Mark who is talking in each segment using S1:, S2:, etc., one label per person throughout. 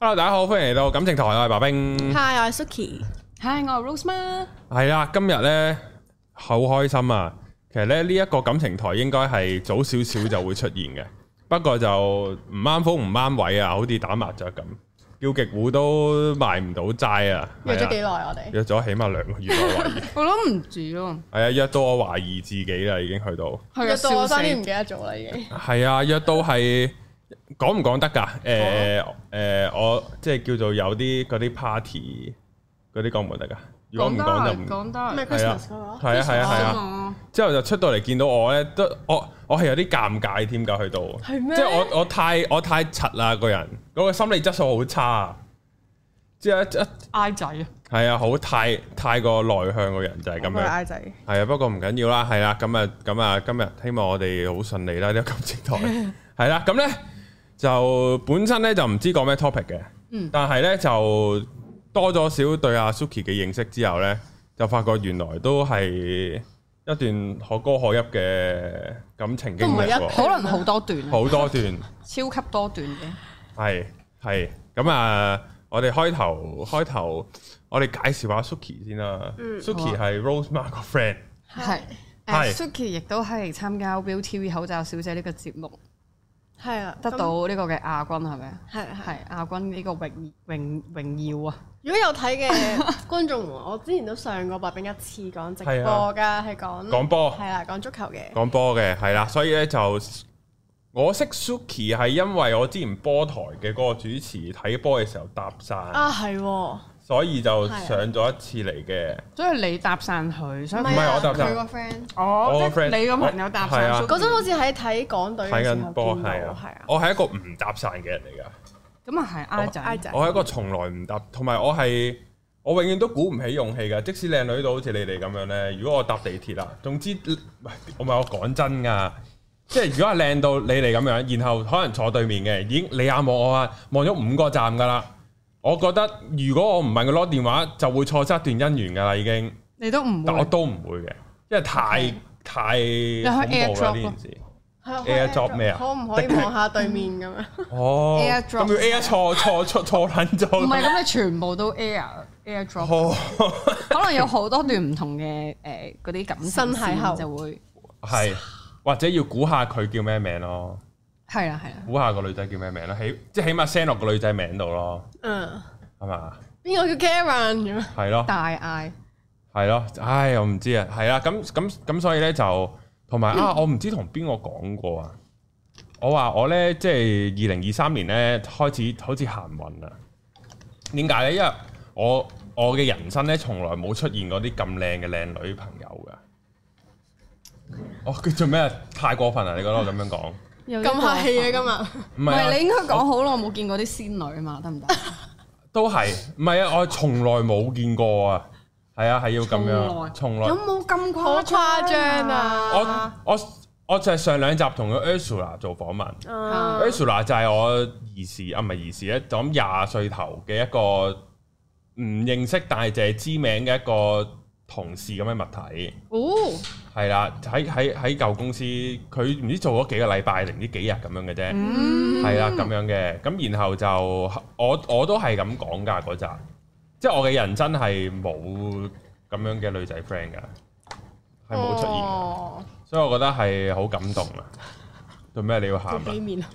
S1: Hello，大家好，歡迎嚟到感情台，我係白冰。
S2: Hi，我係 Suki。
S3: 嗨，我係 Rose 媽，
S1: 係啦，今日呢，好開心啊！其實咧呢一個感情台應該係早少少就會出現嘅，不過就唔啱風唔啱位啊，好似打麻雀咁，叫極糊都賣唔到齋啊！
S2: 約
S1: 係
S2: 咗
S1: 啊
S2: 幾耐我哋？
S1: 約咗起碼兩個月，我 懷疑
S3: 我諗唔住咯，
S1: 係啊，約到我懷疑自己啦，已經去到
S3: 係啊，
S2: 約到我
S3: 笑
S2: 差
S3: 死
S2: 啲唔記得咗啦，已經。
S1: 係啊，約到係講唔講得㗎？誒、誒、我即係叫做有啲嗰啲 party 嗰啲講唔講得㗎？如果唔講就唔
S3: 講得
S2: 咩
S3: 係
S2: Christmas 嗰個？
S1: 係啊係啊係啊！
S3: 啊，
S1: 之後就出到嚟見到我咧，都我我係有啲尷尬添㗎，去到
S2: 係咩
S1: 即係我我太我太柒啦個人，嗰個心理質素好差啊。之後一一
S3: 嗌仔啊，
S1: 係啊，好太太過內向個人就係咁
S2: 我係
S1: 樣。
S2: I 仔。
S1: 係啊，不過唔緊要啦，係啦，咁啊咁啊，今日希望我哋好順利啦，呢、個感 情台係啦，咁咧就本身咧就唔知講咩 topic 嘅，
S3: 嗯
S1: 但係咧就多咗少對阿 Suki 嘅認識之後咧，就發覺原來都係一段可歌可泣嘅感情經
S2: 都唔
S1: 歷
S2: 係一
S1: 喎，
S3: 可能好多段啊，
S1: 好多段，
S3: 超級多段嘅，
S1: 係係咁啊！我哋開頭開頭，我哋介紹下 Suki 先啦。Suki 係 Rose Mark 個 friend，
S3: 係。
S1: 係
S3: 誒 Suki 亦都係參加 Will TV 口罩小姐呢個節目，
S2: 係啊，
S3: 得到呢個嘅亞軍係咪啊？
S2: 係係
S3: 係亞軍呢個榮榮榮耀啊！
S2: 如果有睇嘅觀眾們，我之前都上過白冰一次講直
S1: 係
S2: 播
S1: 啊
S2: 㗎，係講
S1: 講波
S2: 係啦，講足球嘅。
S1: 講波嘅係啦，所以咧就我識 Suki 係因為我之前波台嘅嗰個主持睇波嘅時候搭訕，
S2: 啊，係喎，
S1: 所以就上咗一次嚟嘅。
S3: 所以你搭訕佢，所以
S2: 唔
S3: 佢
S1: 係
S2: 啊
S1: 我搭訕
S2: 佢個 friend。
S1: 我
S3: 哦，
S1: 個
S3: 即係
S1: friend-
S3: 你個朋友搭訕
S1: 係啊
S3: Suki
S2: 嗰陣好似喺睇港隊嘅
S1: 睇
S2: 時候見
S1: 緊
S2: 到，
S1: 波
S2: 係
S1: 係啊
S2: 啊，，
S1: 我係一個唔搭訕嘅人嚟噶，
S3: 咁啊係 I 仔
S2: I 仔
S1: 我係一個從來唔搭，同埋我係我永遠都鼓唔起勇氣噶。即使靚女到好似你哋咁樣咧，如果我搭地鐵啦，總之喂我咪我講真噶，即係如果係靚到你哋咁樣，然後可能坐對面嘅已經你眼望我啊，望咗五個站噶啦，我覺得如果我唔問佢攞電話，就會錯失一段姻緣噶啦已經。
S3: 你都唔
S1: 但我
S3: 會，
S1: 都唔會嘅，因為太太恐怖啦
S3: airdrop
S1: 呢
S3: 咯
S1: 件事。
S2: 係啊
S1: Air
S2: 可以
S1: drop 咩啊
S2: 可唔可以望下對面咁 樣？
S1: 哦，
S3: Airdrop
S1: 咁要 air 錯錯錯錯撚咗。
S3: 唔係咁你全部都 air air drop。
S1: 哦，
S3: 可能有好多段唔同嘅誒嗰啲感情
S2: 身體後
S3: 線就會
S1: 係或者要估下佢叫咩名咯，
S3: 係啦係啦，
S1: 估下個女仔叫咩名啦，起即係起碼 send 落個女仔名度咯，
S2: 嗯，
S1: 係嘛？
S2: 邊個叫 Karen 咁樣？
S1: 係咯，
S3: 大嗌
S1: 係咯，唉，我唔知啊，係啦，咁咁咁，所以咧就同埋啊，我唔知同邊個講過啊，我話我咧即係二零二三年咧開始好似行運啦，點解咧？因為我我嘅人生咧從來冇出現過啲咁靚嘅靚女朋友噶。哦，佢做咩？太過分啦！你覺得我咁樣講？
S3: 有
S2: 咁客氣嘅
S3: 咁，
S2: 今日。
S1: 唔
S3: 唔
S1: 係啊
S3: 係你應該講好耐冇見過啲仙女啊嘛，得唔得？
S1: 都係，唔係啊！我從來冇見過啊，係啊，係要咁樣，從來
S3: 有冇咁
S2: 好
S3: 誇
S2: 誇張！
S1: 我
S2: 啊！
S1: 我我就係上兩集同佢 Ursula 做訪問
S2: 啊
S1: Ursula 就係我兒時啊，唔係兒時咧，就咁廿歲頭嘅一個唔認識但係淨係知名嘅一個同事咁嘅物體，
S3: 哦，
S1: 係啦，喺喺喺舊公司佢唔知做咗幾個禮拜定唔知幾日咁樣嘅啫，
S3: 嗯，
S1: 係啦咁樣嘅，咁然後就我我都係咁講㗎嗰集，即係我嘅人真係冇咁樣嘅女仔 friend 㗎，係冇出現㗎。
S2: 哦
S1: 所以我覺得係好感動啊！做咩你要喊
S2: 好
S1: 啊？
S2: 俾面啊！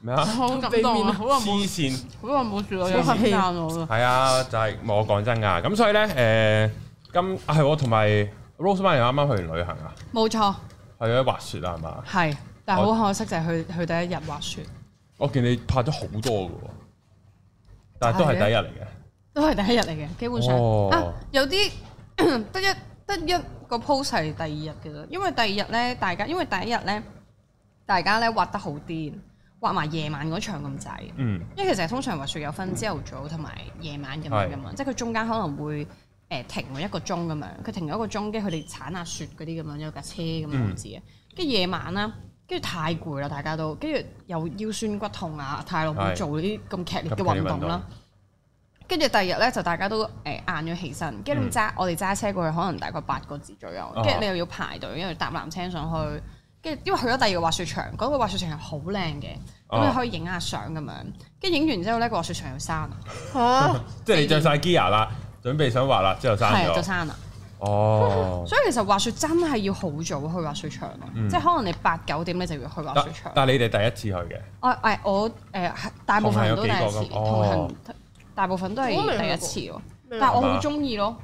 S1: 咩啊？
S3: 好感動啊！好耐冇
S1: 黐線
S3: 好耐冇住我
S2: 有
S3: 有
S2: 人讚
S3: 我啦，
S1: 係啊，就係、我講真㗎。咁所以咧，誒、今啊係我同埋 Rose 媽，你啱啱去完旅行啊，
S3: 冇錯
S1: 去咗滑雪啊，係嘛？
S3: 係，但係好可惜就係去去第一日滑雪，
S1: 我見你拍咗好多㗎喎，但係都係第一日嚟嘅。
S3: 都係第一日嚟嘅，基本上
S1: 哦
S3: 啊有啲 得一得一個 post 係第二日嘅啫，因為第二日咧，大家因為第一日咧，大家咧畫得好癲，畫埋夜晚嗰場咁滯。
S1: 嗯，
S3: 因為其實通常滑雪有分朝頭早同埋夜晚咁樣噶嘛，即係佢中間可能會誒、呃停咗一個鐘咁樣，佢停咗一個鐘，跟住佢哋鏟下雪嗰啲咁樣，有架車咁樣好似
S1: 嗯
S3: 嘅。啊跟住夜晚啦，跟住太攰啦，大家都跟住又腰酸骨痛啊，太耐冇
S1: 係
S3: 做呢啲咁劇烈
S1: 咁
S3: 嘅
S1: 劇烈
S3: 運動
S1: 運動
S3: 啦。跟住第二日咧就大家都誒晏咗起身，跟住
S1: 嗯哦
S3: 你揸我哋揸車過去，可能大概八個字左右，跟住你又要排隊，因為搭纜車上去。跟住因為去咗第二個滑雪場，嗰、個滑雪場係好靚嘅，咁
S1: 哦
S3: 你可以影下相咁樣。跟住影完之後咧，個滑雪場又閂啦，
S2: 嚇，
S1: 即係你着晒 gear 啦，準備想滑啦，之後刪
S3: 係啊就
S1: 咗。
S3: 閂啦。
S1: 哦，
S3: 所以其實滑雪真係要好早去滑雪場咯，
S1: 嗯
S3: 即係可能你八九點你就要去滑雪 場。
S1: 但係你哋第一次去嘅，
S3: 我誒我誒大部分人都第一次，
S1: 同行有幾個咁哦嗯
S3: 同行大部分都
S2: 我都未
S3: 係
S2: 去
S3: 第
S2: 過
S3: 一次咯。
S2: 咩
S3: 但
S2: 啊
S3: 係我好中意咯，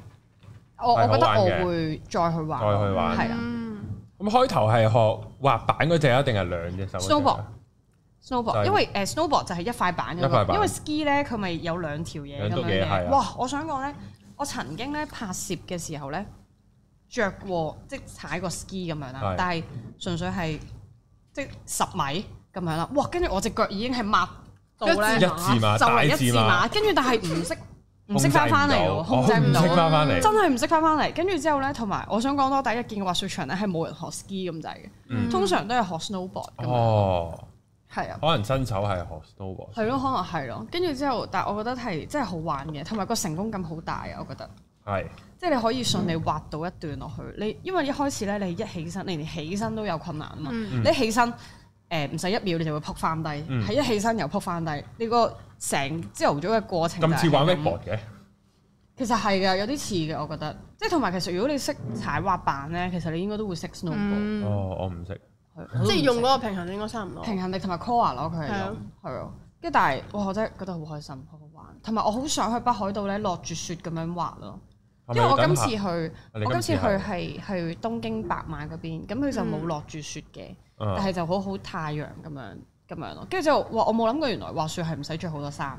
S3: 我我
S1: 係好
S3: 覺得
S1: 玩嘅
S3: 我會再去玩，
S1: 再去玩
S3: 係啊
S2: à?
S3: 啦
S2: 嗯
S1: 咁開頭係學滑板嗰只啊，定係兩隻手嗰隻啊
S3: Snowboard
S1: 就係
S3: ，snowboard，因為誒 snowboard 就係一塊板
S1: 一
S3: 咁
S1: 塊板
S3: 樣，因為 ski 咧佢咪有兩條嘢
S1: 兩
S3: 咁
S1: 篤
S3: 樣
S1: 嘢係啊
S3: 嘅。哇！我想講咧，我曾經咧拍攝嘅時候咧，着過即係踩過 ski 咁樣啦
S1: 係，
S3: 但係純粹係即係十米咁樣啦。哇！跟住我隻腳已經係抹到
S2: 一
S3: 咧，
S1: 一
S3: 就
S2: 字
S1: 字馬大
S3: 嚟一
S1: 字
S3: 字
S1: 馬，
S3: 馬，跟住但係唔識唔識翻翻嚟
S1: 控
S3: 喎，
S1: 制
S3: 控制唔
S1: 哦唔
S3: 到
S1: 識。翻翻
S3: 真
S1: 嚟。
S3: 係唔識翻翻嚟，跟住之後咧，同埋我想講多，第一見嘅滑雪場咧係冇人學 ski 咁滯嘅，
S1: 嗯
S3: 通常都係學 snowboard 咁樣，
S1: 哦，
S3: 係啊，
S1: 可能新手係學 snowboard。
S3: 係咯，可能係咯。跟住之後，但係我覺得係真係好玩嘅，同埋個成功感好大啊！我覺得，
S1: 係
S3: 即係你可以順利滑到一段落去。你因為一開始咧，你一起身，你連起身都有困難啊嘛。
S2: 嗯
S1: 嗯
S3: 你起身誒唔使一秒，你就會撲翻低，係、
S1: 嗯
S3: 一起身又撲翻低。你個成朝頭早嘅過程
S1: 今次玩
S3: 就係咁
S1: wakeboard 嘅，
S3: 其實係嘅，有啲似嘅，我覺得。即係同埋其實，如果你識踩滑板咧，其實你應該都會識 snowboard，
S2: 嗯
S1: 哦，我唔識。
S3: 係我都唔識、
S2: 即係用嗰個平衡應該差唔多。
S3: 平衡力同埋 core 咯，佢係
S2: 係啊
S3: 用係啊。跟住但係，哇！我真係覺得好開心，好好玩。同埋我好想去北海道咧，落住雪咁樣滑咯。
S1: 係咪
S3: 因為我
S1: 要等
S3: 今次
S1: 下啊
S3: 去，
S1: 你
S3: 我今次去
S1: 係
S3: 係去東京白馬嗰邊，咁佢就冇落住雪嘅，
S1: 嗯
S3: 但係就好好太陽咁樣咁樣咯。跟住就哇！我冇諗過原來滑雪係唔使着好多衫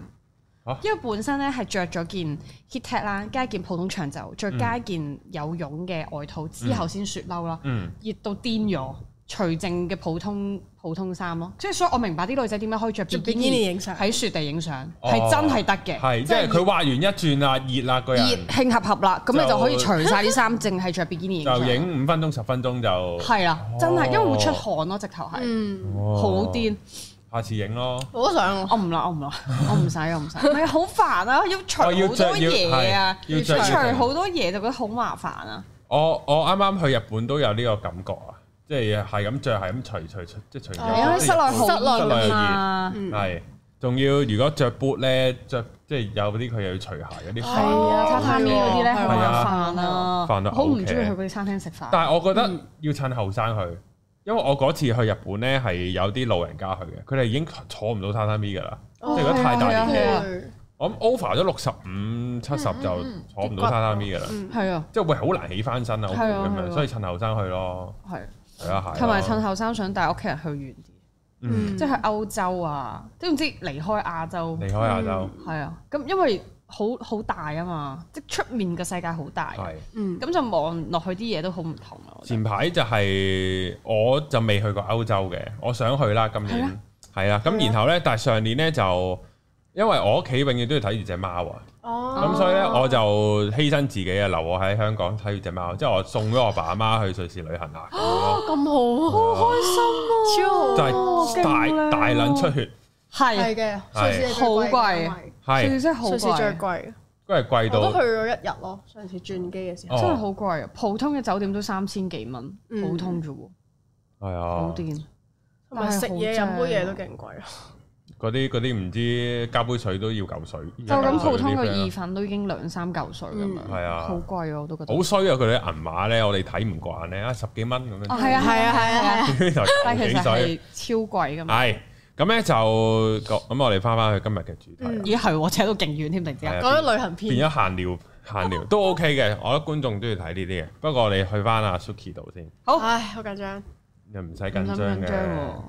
S1: 啊，
S3: 因為本身咧係着咗件 heat tech 啦，加一件普通長袖，再加一件有絨嘅外套，之後先雪褸啦，
S1: 嗯
S3: 熱到癲咗，除淨嘅普通普通衫咯。即係所以我明白啲女仔點解可以着
S2: 着
S3: b
S2: bikini
S3: i
S2: 影相
S3: 喺雪地影相，
S1: 哦
S3: 係真係得嘅。
S1: 係，即係佢滑完一轉啦，熱啦個人
S3: 熱慶合合啦，咁你
S1: 就
S3: 就可以除晒啲衫，淨係着 bikini 影相
S1: 就。影五分鐘十分鐘就
S3: 係啦
S1: 哦，
S3: 真係，因為會出汗咯，直頭係
S2: 嗯，
S3: 好
S1: 好，
S3: 癲。
S1: 哦下次影咯。
S2: 我都想喎。
S3: 我唔啦，我唔啦，我唔使，我唔使。唔係好煩啊，要除好
S1: 哦要
S3: 多
S1: 着要
S3: 嘢啊，
S1: 係要
S3: 除
S1: 着要除
S3: 好多嘢就覺得好麻煩啊。
S1: 我我啱啱去日本都有呢個感覺啊，即係係咁着，係咁除除除，即係除咗。
S2: 哦
S3: 係啊，
S1: 即係
S3: 室內好
S2: 室內
S3: 熱
S1: 咁
S3: 嘛，
S2: 嗯
S1: 係，仲要如果着 boot 咧，着即係有啲佢又要除鞋，有啲
S3: 係啊，榻榻米嗰啲咧好
S1: 係啊
S3: 麻煩啊，
S1: 煩到
S3: 好唔中意
S1: OK
S3: 去嗰啲餐廳食飯。
S1: 但係我覺得
S2: 嗯
S1: 要趁後生去，因為我嗰次去日本咧係有啲老人家去嘅，佢哋已經坐唔到榻榻米㗎啦。即係如果太大年
S3: 係啊係
S1: 紀，
S3: 啊
S1: 我諗 over 咗六十五七
S3: 嗯
S1: 十就坐唔到榻榻米㗎啦，
S2: 嗯
S3: 係啊，
S1: 即係會好難起翻身啊，好攰
S3: 係啊
S1: 咁
S3: 係
S1: 樣，
S3: 啊
S1: 所以趁後生去咯，
S3: 係，
S1: 係啊係。
S3: 同埋趁後生想帶屋企人去遠啲，
S1: 嗯
S2: 嗯
S3: 即係去歐洲啊，即係唔知離開亞洲。
S1: 離開亞洲
S3: 係啊，咁因為好好大啊嘛，即係出面嘅世界好大，啊
S1: 係。
S2: 嗯，
S3: 咁就望落去啲嘢都好唔同啊。我覺得
S1: 前排就係我就未去過歐洲嘅，我想去啦今
S3: 係啊
S1: 年係啦，咁然後呢，但係上年呢，就因為我屋企永遠都要睇住只貓啊，
S2: 哦
S1: 咁、所以呢，我就犧牲自己啊，留我喺香港睇住只貓，之後我送咗我爸阿媽去瑞士旅行啊，咁樣
S3: 哦
S2: 咁
S1: 就
S2: 好啊，超
S3: 啊
S2: 好，
S1: 係大大撚出血，
S3: 係
S2: 係嘅，
S1: 係
S2: 瑞士係最
S3: 好
S2: 貴
S3: 貴
S2: 嘅，因為
S1: 係
S3: 瑞士真係好
S2: 瑞士最
S3: 貴，啊
S2: 貴，
S1: 因為貴
S2: 我都去
S1: 到
S2: 咗一日咯。上次轉機嘅時候，
S1: 哦
S3: 真係好貴啊！普通嘅酒店都三千幾蚊，
S2: 嗯
S3: 普通啫喎，
S1: 係
S3: 好
S1: 啊，
S3: 癲。
S2: 同埋食嘢
S3: 但係
S2: 飲
S3: 好
S2: 杯
S3: 正
S2: 嘢都勁貴啊。
S1: 嗰啲嗰啲唔知加杯水都要嚿水，
S3: 就咁普通嘅意
S1: 意，
S3: 粉都已經兩三嚿水咁樣，
S1: 係啊
S3: 好貴啊！我都覺得。
S1: 好衰啊！佢哋銀碼呢，我哋睇唔慣呢，啊十幾蚊咁
S3: 啊
S1: 樣，
S3: 係啊係啊係啊係啊，
S1: 就
S3: 但係
S1: 嚿
S3: 其
S1: 幾
S3: 實
S1: 水。
S3: 係超貴噶嘛。
S1: 系咁咧就咁，我哋翻翻去今日嘅主題啊，
S3: 咦係喎，扯到勁遠添，突然之間。
S2: 講咗旅行篇，
S1: 變咗閒聊，閒聊都 OK 嘅，我覺得觀眾都要睇呢啲嘅。不過我哋去翻阿 Suki 度先，
S3: 好
S2: 唉，好緊張。
S1: 又唔使緊
S3: 緊
S1: 張
S3: 張
S1: 嘅
S3: 喎。。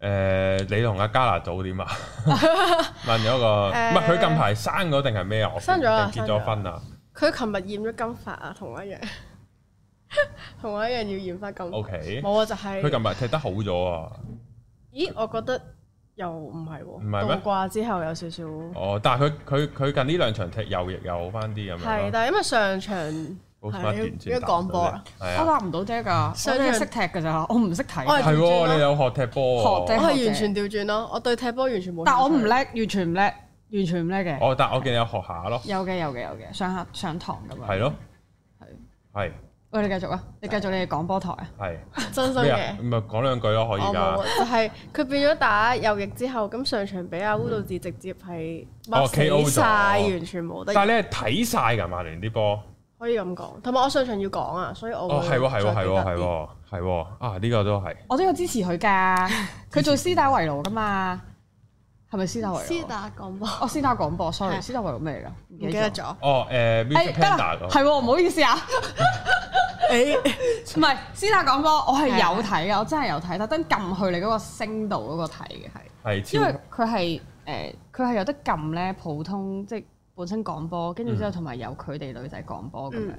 S1: 誒，你同阿加拿組點啊？ 問咗個，唔係佢近排生咗定係咩啊？我
S2: 生咗啊
S1: 定結咗婚啊
S2: 佢琴日染咗金髮啊，同我 一樣，同我一樣要染翻金髮。
S1: ？OK，
S2: 冇啊，就係
S1: 佢近排踢得好咗啊！
S2: 咦，我覺得又唔係
S1: 唔
S2: 喎，
S1: 係
S2: 倒
S1: 咩
S2: 掛之後有少少係，
S1: 哦，但係佢佢佢近呢兩場踢右翼又好翻啲咁樣咯，
S2: 但係因為上場
S1: 好
S2: 係
S1: smart
S2: 要
S1: 完全
S2: 要
S1: 打
S2: 講波
S1: 到
S2: 啊
S1: 你，係
S3: 我
S1: 啊，
S3: 打唔到啫㗎，
S2: 上
S3: 我
S2: 場
S3: 淨係識踢㗎咋，我唔係識睇
S2: 我係
S3: 㗎，
S1: 係
S2: 轉
S1: 喎，
S2: 啦
S1: 你有學踢波
S3: 學
S1: 喎
S3: 踢？
S2: 我係完全調轉咯，我對踢波完全冇興趣。
S3: 但我唔叻，完全唔叻，完全唔叻嘅。
S1: 哦，但係我見你有學下咯。
S3: 有嘅有嘅有嘅，上下上堂咁樣。
S1: 係咯，
S3: 係
S1: 係
S3: 喂，你繼續啊，你繼續你哋廣播台啊，
S1: 係
S2: 真心
S1: 咩啊？
S2: 嘅。
S1: 唔係講兩句咯，可
S2: 我
S1: 以
S2: 冇啊
S1: 㗎。
S2: 冇，就係佢變咗打右翼之後，咁上場俾阿烏魯治直接係
S1: 哦 KO
S2: 死
S1: 咗
S2: 晒，完全冇得
S1: 但係你係睇晒㗎曼聯啲波。
S2: 可以咁講。同埋我上場要講啊，所以我
S1: 哦，
S2: 會
S1: 係喎，係喎，
S2: 再
S1: 係
S2: 記得
S1: 喎，係
S2: 啲
S1: 喎，係喎。啊，呢個都係。
S3: 我都有支持佢㗎， 佢做斯打圍爐㗎嘛，係咪斯打圍爐
S4: 私
S3: 啊？
S4: 打廣播，
S3: 哦，斯打廣播，sorry，
S4: 係
S3: 斯打圍爐咩嚟㗎？
S4: 唔記得。咗。
S1: 哦，誒
S3: 哎，
S1: ，Music
S3: 得啦
S1: Panda，嗰
S3: 係喎，唔好意思啊，
S4: 誒，
S3: 唔係斯打廣播，我係有睇嘅，我真係有睇，特登撳去你嗰個聲度嗰個睇嘅，係。
S1: 係
S3: 因為
S1: 超
S3: 佢係誒，佢係有得撳咧普通即係本身廣播，跟住之後同埋有佢哋女仔廣播咁
S1: 嗯
S3: 樣。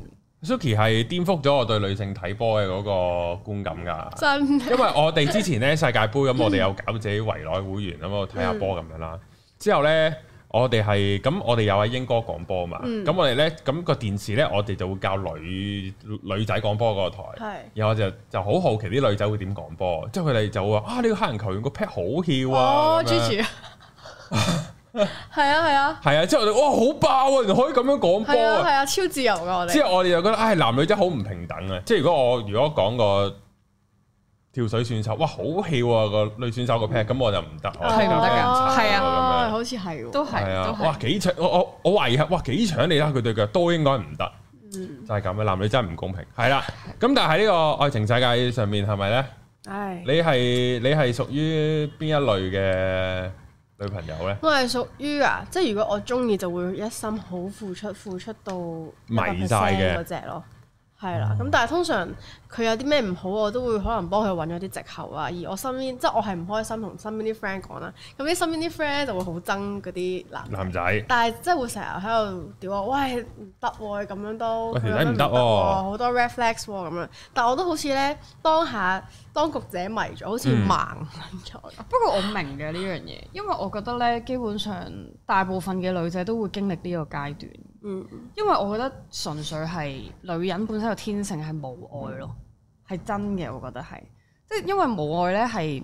S1: Suki 係顛覆咗我對女性睇波嘅嗰個觀感㗎。
S2: 真
S1: 因為我哋之前咧世界盃咁，我哋有搞自己圍內會員咁，我睇下波咁樣
S2: 嗯
S1: 啦。之後咧，我哋係咁，我哋有喺英哥講波嘛。
S2: 嗯
S1: 咁我哋咧，咁個電視咧，我哋就會教女女仔講波嗰個台。
S2: 係
S1: 然後我就就好好奇啲女仔會點講波，之後佢哋就會話啊呢個黑人球員個 pat 好翹啊
S2: 哦
S1: 咁樣
S2: ，Gigi，係啊係啊
S1: 係啊，之後我哋哇好爆啊，原來可以咁樣講
S2: 係
S1: 波
S2: 啊係
S1: 啊！
S2: 啊，超自由噶我
S1: 之
S2: 哋。
S1: 後我哋就覺得唉男女真係好唔平等啊！即係如果我如果講個跳水選手，哇好翹啊個女選手個 pat，咁我就唔得，我
S3: 係唔得㗎
S1: 㗎，
S3: 係啊
S2: 啊，好似係喎。
S3: 都係
S1: 係
S3: 都
S1: 啊，哇
S3: 係。
S1: 幾長，我我我懷疑係哇幾長你啦，佢對腳都應該唔得，
S3: 嗯
S1: 就係咁嘅，男女真係唔公平，係啦。咁但係喺呢個愛情世界上面係咪咧？
S2: 唉，
S1: 你係你係屬於邊一類嘅女朋友咧？
S2: 我係屬於啊，即係如果我中意就會一心好付出，付出到
S1: 迷晒嘅嗯
S2: 100%嗰只咯。係啦，咁但係通常佢有啲咩唔好，我都會可能幫佢揾咗啲藉口啊。而我身邊即係我係唔開心，同身邊啲 friend 講啦。咁啲身邊啲 friend 就會好憎嗰啲男仔
S1: 男仔
S2: 但係真係會成日喺度屌我，喂唔得喎，咁樣都
S1: 喂條
S2: 咁
S1: 仔
S2: 樣
S1: 唔得喎
S2: 好多 reflex 喎咁樣。但我都好似咧當下當局者迷咗，好似
S1: 嗯
S2: 盲咗。
S3: 不過我明嘅呢樣嘢，因為我覺得咧，基本上大部分嘅女仔都會經歷呢個階段，
S2: 嗯，
S3: 因為我覺得純粹係女人本身嘅天性係無愛咯，係真嘅，我覺得係，即係因為無愛咧係。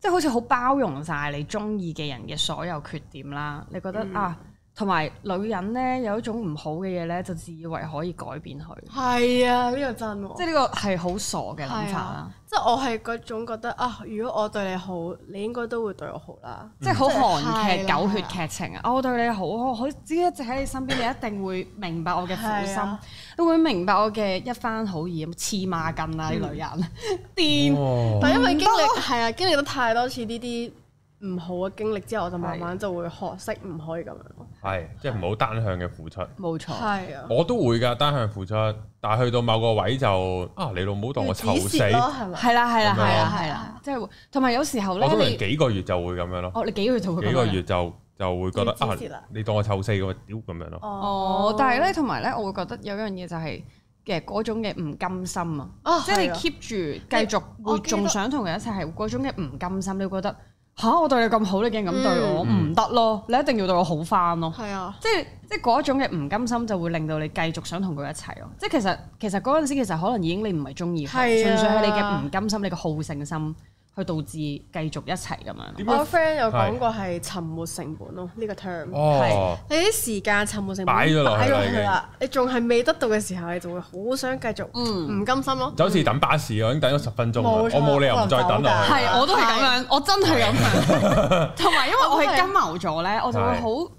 S3: 即係好似好包容晒你中意嘅人嘅所有缺點啦，你覺得、
S2: 嗯
S3: 啊，同埋女人咧有一種唔好嘅嘢咧，就自以為可以改變佢，
S2: 係啊，呢個真喎。啊
S3: 即係呢個係好傻嘅諗法啊啦，
S2: 即係我係嗰種覺得啊，如果我對你好，你應該都會對我好啦。
S3: 即係好
S1: 嗯
S3: 韓劇
S4: 即係
S3: 狗血
S4: 係啊
S3: 劇情啊！我對你好，我好只要一直喺你身邊，你一定會明白我嘅苦
S2: 係
S3: 心
S2: 啊，
S3: 你會明白我嘅一番好意，黐孖筋啊
S4: 嗯
S3: 啦！啲女人 癲，
S1: 哦，
S2: 但因為經歷係啊，經歷得太多次呢啲唔好嘅經歷之後，我就慢慢就會學識唔可以咁樣咯。
S1: 係即係唔好單向嘅付出，
S3: 冇錯，
S2: 係啊，
S1: 我都會㗎單向付出，但係去到某個位就啊你老母當我臭死，
S2: 要止蝕咯，係咪？
S3: 係啦係啦
S1: 咁樣
S3: 係啦係
S4: 係
S3: 啦
S4: 啊，
S3: 即係會同埋有時候
S1: 我
S3: 咧，
S1: 通常
S3: 你
S1: 幾個月就會咁樣咯，
S3: 哦你幾個月就會咁
S1: 幾
S3: 樣
S1: 個月就就會覺得
S2: 要止蝕啦
S1: 啊你當我臭死咁屌咁樣咯，
S3: 哦，但係咧，同埋咧，我會覺得有樣嘢就係嘅嗰種嘅唔甘心啊，
S2: 啊
S3: 即係你
S2: 係啊
S3: keep 住繼續會
S4: 我記得
S3: 仲想同佢一齊，係嗰種嘅唔甘心，你會覺得吓，我對你咁好，你竟然咁對我，
S1: 嗯
S3: 唔得咯，你一定要對我好翻咯。
S4: 係啊，
S3: 即係即係嗰種嘅唔甘心就會令到你繼續想同佢一齊咯。即係其實其實嗰陣時其實可能已經你唔係中意佢，
S2: 係
S3: 純
S2: 啊
S3: 粹係你嘅唔甘心、你嘅好勝心去導致繼續一齊咁樣。
S1: 點
S2: 我
S1: 樣
S2: friend 有講過係沉沒成本咯，呢個 term。
S1: 哦
S2: 你啲時間沉沒成本
S1: 擺咗落去啦
S2: 擺咗去啦，你仲係未得到嘅時候，你就會好想繼續
S3: 嗯
S2: 唔甘心咯。
S1: 就好似等巴士啊我已經等咗十分鐘啦，我
S2: 冇錯
S1: 冇理由唔再等啊落
S2: 可能
S1: 去
S2: 走㗎。
S3: 係，我都係咁樣，我真係咁樣。 同埋因為我係金牛座咧，我就會好誒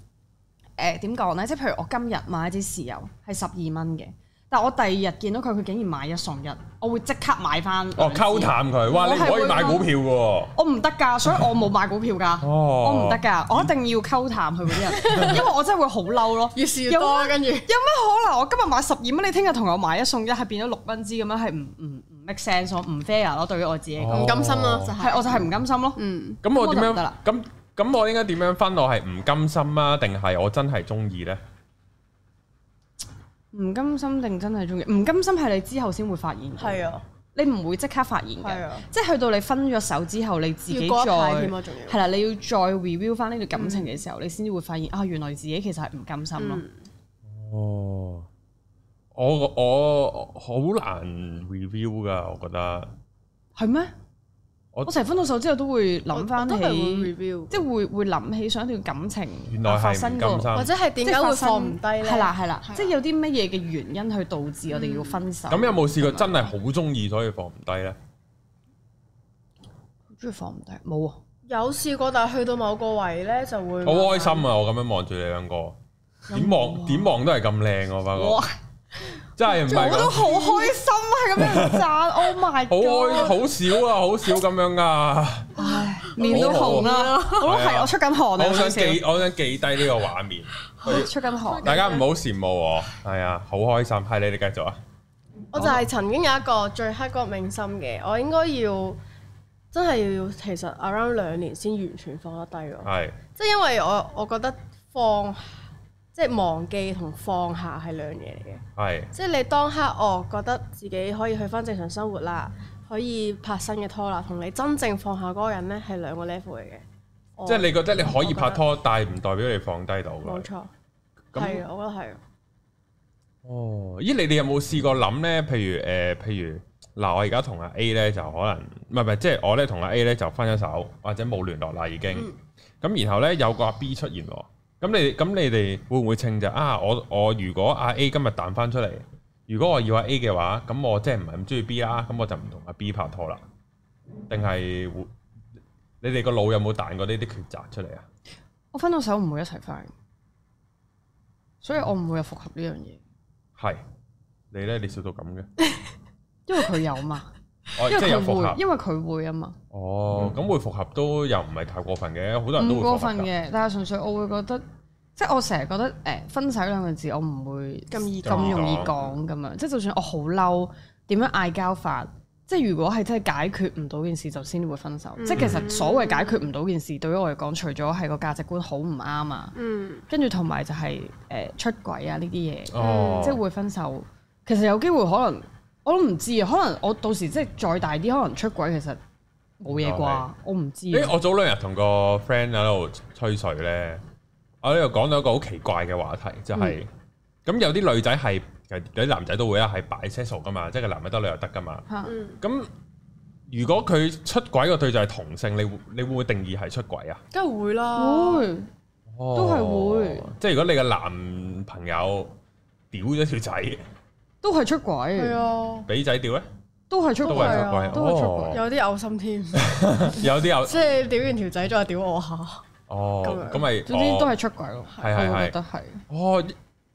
S3: 點講咧，即係譬如我今日買支豉油係十二蚊嘅，但我第二日見到佢，佢竟然買一送一，我會即刻買翻。
S1: 哦，溝。淡佢，哇！你唔可以買股票嘅喎。
S3: 我唔得㗎，所以我冇買股票㗎，
S1: 哦
S3: 我唔得㗎，我一定要溝淡佢嗰 啲人，因為我真係會好嬲咯。
S2: 越試越
S3: 有
S2: 多，
S3: 啊乜
S2: 跟住
S3: 有乜可能我今日買十二蚊，你聽日同我買一送一，係變咗六蚊支咁樣，係唔唔唔 make sense 咯，唔 fair 咯，對於我自己講，
S1: 哦
S2: 唔甘心咯，就係
S3: 係我就係唔甘心咯。
S4: 嗯，
S1: 咁我點
S3: 咁我就唔得
S1: 樣
S3: 啦？
S1: 咁咁我應該點樣分？我係唔甘心啊，定係我真係中意咧？
S3: 唔甘心定真係中意？唔甘心係你之後先會發現嘅，
S2: 係啊，
S3: 你唔會即刻發現
S2: 係
S3: 嘅
S2: 啊，
S3: 即係去到你分咗手之後，你自己
S2: 要
S3: 再
S2: 過一排添啊，
S3: 係
S2: 仲要。嗯
S3: 啦，你要再 review 翻呢段感情嘅時候，你先至會發現啊，原來自己其實係唔甘心咯。
S1: 哦，我我好難 review 噶，我覺得
S3: 係咩？
S1: 我
S3: 我成日分到手之後都會諗翻
S2: 我都係會
S3: 起，
S2: review，
S3: 即係會會諗起上一段感情
S1: 原來
S3: 啊發
S1: 係
S3: 生
S1: 唔
S3: 過
S1: 甘心。
S2: 或者係點解會放唔低咧？
S3: 係啦係啦
S2: 係啊，嗯
S3: 即係有啲乜嘢嘅原因去導致我哋要分手？
S1: 咁有冇試過
S3: 咁樣
S1: 真係好中意所以放唔低咧？
S3: 好中意放唔低？冇啊！
S2: 有試過，但係去到某個位咧就會
S1: 好開心啊！我咁樣望住你兩個，點望點望都係咁靚我發
S3: 哇
S1: 覺，！真係唔係
S3: 我都
S1: 講
S3: 好開心啊！咁樣讚，Oh my
S1: 好開
S3: god！
S1: 好少啊，好少咁樣啊噶。
S3: 唉面都紅啦，我都
S1: 係啊
S3: 係我出緊汗啊！
S1: 我想
S3: 少少
S1: 記，我想記低呢個畫面。
S3: 出緊汗。
S1: 大家唔好羨慕我，係啊，好開心。係你哋繼續啊，
S2: 我就係曾經有一個最刻骨銘心嘅，我應該要真係要其實 around 兩年先完全放得低咯。
S1: 係
S2: 即係因為我我覺得放即係忘記同放下係兩樣嘢嚟嘅。
S1: 係
S2: 即係你當刻哦，覺得自己可以去翻正常生活啦，可以拍新嘅拖啦，同你真正放下嗰個人呢係兩個 level 嚟嘅。我
S1: 即係你覺得你可以拍拖，但係唔代表你放低到
S2: 冇
S1: 㗎。
S2: 錯，係
S1: 咁
S2: 啊我覺得係。
S1: 哦，咦？你哋有冇試過諗咧？譬如誒、呃譬如嗱，我而家同阿 A 咧就可能唔係唔係，即係我咧同阿 A 咧就分咗手，或者冇聯絡啦已經。
S3: 嗯
S1: 咁、然後咧有個阿 B 出現喎，咁你咁你哋會唔會稱就啊？我我如果阿 A 今日彈翻出嚟，如果我要阿 A 嘅話，咁我即係唔係咁中意 B 啦，咁我就唔同阿 B 拍拖啦。定係會你哋個腦有冇彈過呢啲抉擇出嚟啊？
S3: 我分到手唔會一齊翻，所以我唔會有復合呢樣嘢，
S1: 係你咧，你笑到咁嘅，
S3: 因為佢有嘛，
S1: 哦，
S3: 因
S1: 即係
S3: 為
S1: 有
S3: 佢
S1: 復合
S3: 會，。因為佢會啊嘛，
S1: 哦，咁會復合都又唔係太過分嘅，好多人都會
S3: 嗯唔過
S1: 復合
S3: 分
S1: 㗎。
S3: 嘅。但係純粹我會覺得，即係我成日覺得誒分手兩個字，我唔會
S2: 咁易
S1: 講
S3: 咁容易講咁樣。即係就算我好嬲，點樣嗌交法？即係如果係真係解決唔到件事，就先會分手。
S2: 嗯
S3: 即係其實所謂解決唔到件事，對於我嚟講，除咗係個價值觀好唔啱啊，
S2: 嗯，
S3: 跟住同埋就係、誒、出軌啊呢啲嘢。
S1: 哦，
S3: 即係會分手。其實有機會可能我都唔知啊，可能我到時即係再大啲，可能出軌其實冇嘢
S1: 哦
S3: 啩，我唔知啊
S1: 誒，我早兩日同個 friend 喺度吹水咧，我喺度講到一個好奇怪嘅話題，就係
S3: 嗯
S1: 咁有啲女仔係，其實有啲男仔都會啦，啊係 bisexual 噶嘛，即係個男嘅得女又得噶嘛。
S3: 嚇嗯
S1: 咁如果佢出軌個對象係同性，你會你會唔會定義係出軌啊？
S2: 梗係會啦。
S3: 會都係會
S1: 哦即係如果你嘅男朋友屌咗條仔，
S3: 都係出
S2: 係
S3: 軌，
S2: 啊，
S1: 俾仔屌咧，
S3: 都係出
S1: 都係
S3: 軌
S1: 出軌
S3: 啊，都係出
S1: 哦
S3: 軌。
S2: 有啲嘔心添，
S1: 有啲有
S2: 即係屌完條仔再屌我下。咁
S1: 哦
S2: 樣，
S1: 咁咪
S3: 總之
S1: 哦
S3: 都係出軌咯，
S1: 係係
S3: 我
S1: 係
S3: 覺得係。
S1: 哦，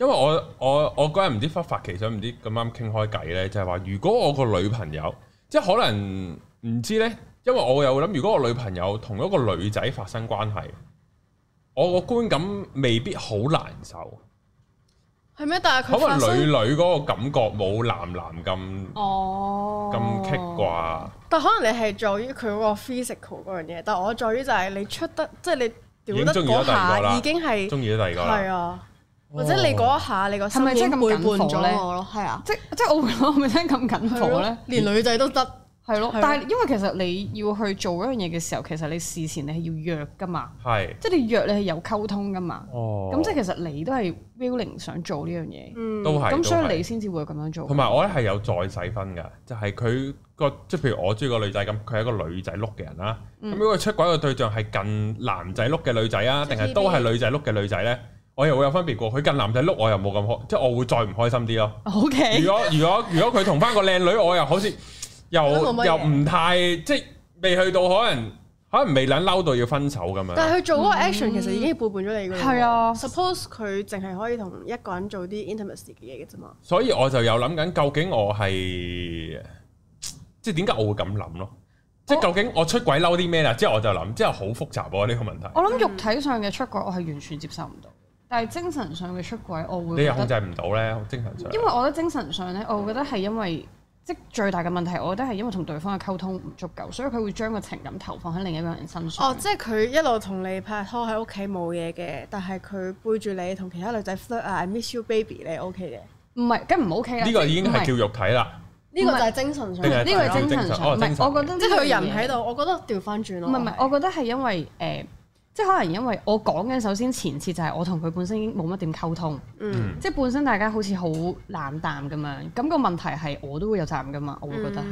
S1: 因為我我我嗰日唔知忽發奇想，唔知咁啱傾開偈咧，就係、話如果我個女朋友，即係可能唔知咧，因為我又諗，如果我女朋友同一個女仔發生關係，我個觀感未必好難受，
S2: 係咩？但係
S1: 可
S2: 佢
S1: 能
S2: 發
S1: 女
S2: 生，
S1: 女嗰個感覺冇男男咁
S3: 哦
S1: 咁棘啩，
S2: 但可能你係在於佢嗰個 physical 嗰樣嘢，但我在於就係你出得，即係你屌
S1: 已經
S2: 得
S1: 鍾意咗
S2: 嗰
S1: 第二個啦
S2: 下已經係
S1: 中意咗第二個
S2: 係
S1: 啦，
S2: 啊，或者你嗰一下你個
S3: 係
S2: 心
S3: 咪
S2: 已
S3: 即係
S2: 經
S3: 咁
S2: 背叛
S3: 緊火呢
S2: 咗我咯，係啊。
S3: 即即係我會 諗，係咪真係咁緊
S2: 係
S3: 火
S2: 咯
S3: 咧？
S2: 連女仔都得，
S1: 啊
S3: 係咯
S2: 係咯，
S3: 但係因為其實你要去做嗰樣嘢嘅時候，其實你事前你係要約噶嘛，
S1: 哦係
S3: 即係你約你係有溝通噶嘛。
S1: 哦，
S3: 咁即係其實你都係 willing 想做呢樣嘢，
S2: 嗯，
S1: 都係
S3: 咁
S1: 都
S3: 所
S1: 係
S3: 以你先至會咁樣做。
S1: 同埋我咧係有再細分㗎，就係佢個即係譬如我中意個女仔咁，佢係一個女仔碌嘅人啦。咁、如果佢出軌嘅對象係近男仔碌嘅女仔啊，
S2: 嗯即
S1: 定
S2: 係
S1: 係都係女仔碌嘅女仔咧，我又會有分別過。佢近男仔碌，我又冇咁開，即係我會再唔開心啲咯。
S3: O
S1: 如
S3: K，
S1: 果如果如果佢同翻個靚女，我又好似又
S2: 都冇乜嘢
S1: 又唔太即係未去到可能可能未撚嬲到要分手咁樣。
S2: 但係佢做嗰個 action 其實已經係背叛咗你㗎啦。
S3: 係啊
S2: ，suppose 佢淨係可以同一個人做啲 intimacy 嘅嘢嘅啫嘛。
S1: 所以我就有諗緊，究竟我係即係點解我會咁諗咯？即係究竟我出軌嬲啲咩啦？之後我就諗，之後好複雜喎、呢、個問題，
S3: 我諗肉體上嘅出軌我係完全接受唔到，但係精神上嘅出軌我
S1: 你
S3: 會
S1: 又
S3: 覺
S1: 控
S3: 得，
S1: 制唔到咧，精神上
S3: 因為我覺得精神上咧，我會覺得係因為即係最大嘅問題，我覺得係因為同對方嘅溝通唔足夠，所以佢會將個情感投放喺另一個人身上。
S2: 哦，即係佢一路同你拍拖喺屋企冇嘢嘅，但係佢背住你同其他女仔 flirt 啊，I miss you baby 你 OK 嘅。
S3: 唔係，梗唔啊 O K 啦。
S1: 呢個已經
S3: 唔
S1: 係叫肉體啦。
S2: 呢個就係精神上，
S1: 定係
S3: 呢個係精神
S1: 精神哦
S3: 上，唔
S1: 精
S3: 係
S1: 神
S3: 我覺得
S2: 即係佢人喺
S3: 喺
S2: 度，我覺得調翻轉咯。
S3: 唔係唔係，我覺得係因為誒、呃即係可能因為我講緊首先前次就係我同佢本身已經冇乜點溝通，
S2: 嗯
S3: 即係本身大家好似好冷淡咁樣，咁、個問題係我都會有責任噶嘛，我會覺得係。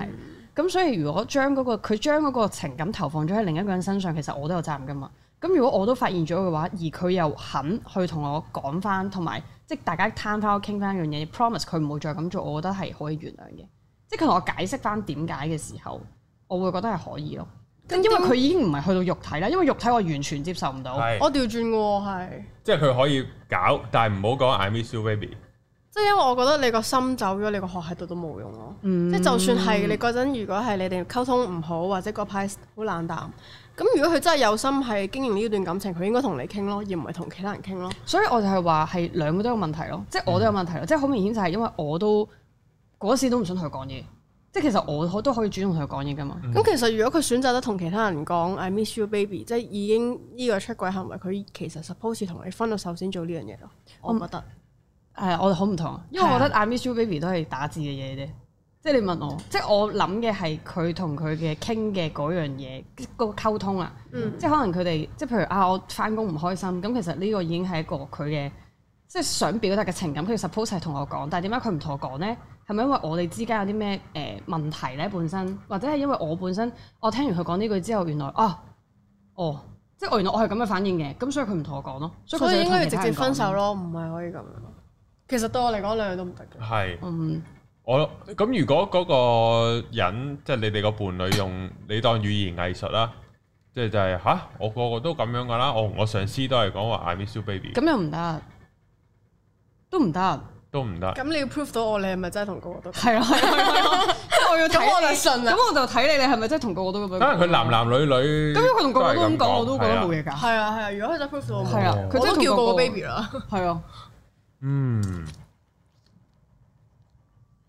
S3: 咁、咁所以如果將嗰、個佢將嗰個情感投放咗喺另一個人身上，其實我都有責任噶嘛。咁如果我都發現咗嘅話，而佢又肯去同我講翻，同埋即係大家攤翻傾翻一樣嘢，promise 佢唔會再咁做，我覺得係可以原諒嘅。即係佢同我解釋翻點解嘅時候，我會覺得係可以咯。咁因為佢已經唔係去到肉體啦，因為肉體我完全接受唔到。
S1: 係
S2: 我調轉嘅喎，係
S1: 即係佢可以搞，但係唔好講 I miss you baby。
S2: 即係因為我覺得你個心走咗，你個殼喺度都冇用咯。
S3: 嗯
S2: 即係就算係你嗰陣，如果係你哋溝通唔好，或者嗰排好冷淡，咁如果佢真係有心係經營呢段感情，佢應該同你傾咯，而唔係同其他人傾咯。
S3: 所以我就係話係兩個都有問題咯，即係我都有問題咯，即係好明顯就係因為我都嗰時都唔想同佢講嘢，即係其實我都可以主動同佢講嘢噶嘛。
S1: 嗯
S2: 咁、其實如果佢選擇得同其他人講 I miss you baby，即係已經呢個出軌行為，佢其實 suppose 同你分咗手先做呢樣嘢咯。我覺得
S3: 誒、我哋好唔同，因為
S2: 係啊嗯
S3: 我覺得 I miss you baby 都係打字嘅嘢啫。即係你問我，即係我諗嘅係佢同佢嘅傾嘅嗰樣嘢，個溝通啊。
S2: 嗯
S3: 即係可能佢哋，即係譬如啊，我翻工唔開心，咁其實呢個已經係一個佢嘅，即係想表達嘅情感。佢 suppose 係同我講，但係點解佢唔同我講呢？係咪因為我哋之間有啲咩誒問題呢？本身或者係因為我本身，我聽完佢講呢句之後，原來啊，哦，即係我原來我係咁嘅反應嘅，咁所以佢唔同我講咯，所以
S2: 所以應該要
S3: 佢就
S2: 直
S3: 同
S2: 接
S3: 其他
S2: 分
S3: 人講
S2: 手。咯，唔係可以咁樣。其實對我嚟講，兩樣都唔得嘅。
S1: 係
S3: 嗯，
S1: 我咁，如果嗰個人即係你哋個伴侶用你當語言藝術啦，即係就係吓，我個個都咁樣噶啦，我同我上司都係講話 I miss you baby
S3: 咁又唔得，都唔得。
S1: 都唔得。
S2: 咁你要 prove 到我你係咪真係同個個都
S3: 係啊，係啊，我要睇
S2: 咁我就
S3: 你
S2: 信啦
S3: 咁我就睇你，你係咪真係同個個都咁樣講？
S1: 可啊能佢男男女女
S3: 咁如果佢同個個都
S1: 係
S3: 咁講，我都覺得冇。
S1: 係啊
S3: 嘢㗎。
S2: 係啊係啊，如果佢真係 prove 到我冇
S3: 係啊，
S1: 哦
S2: 我
S3: 佢真
S2: 都
S3: 係
S2: 叫
S3: 過
S2: 過個 baby 啦。
S3: 係啊，
S1: 嗯，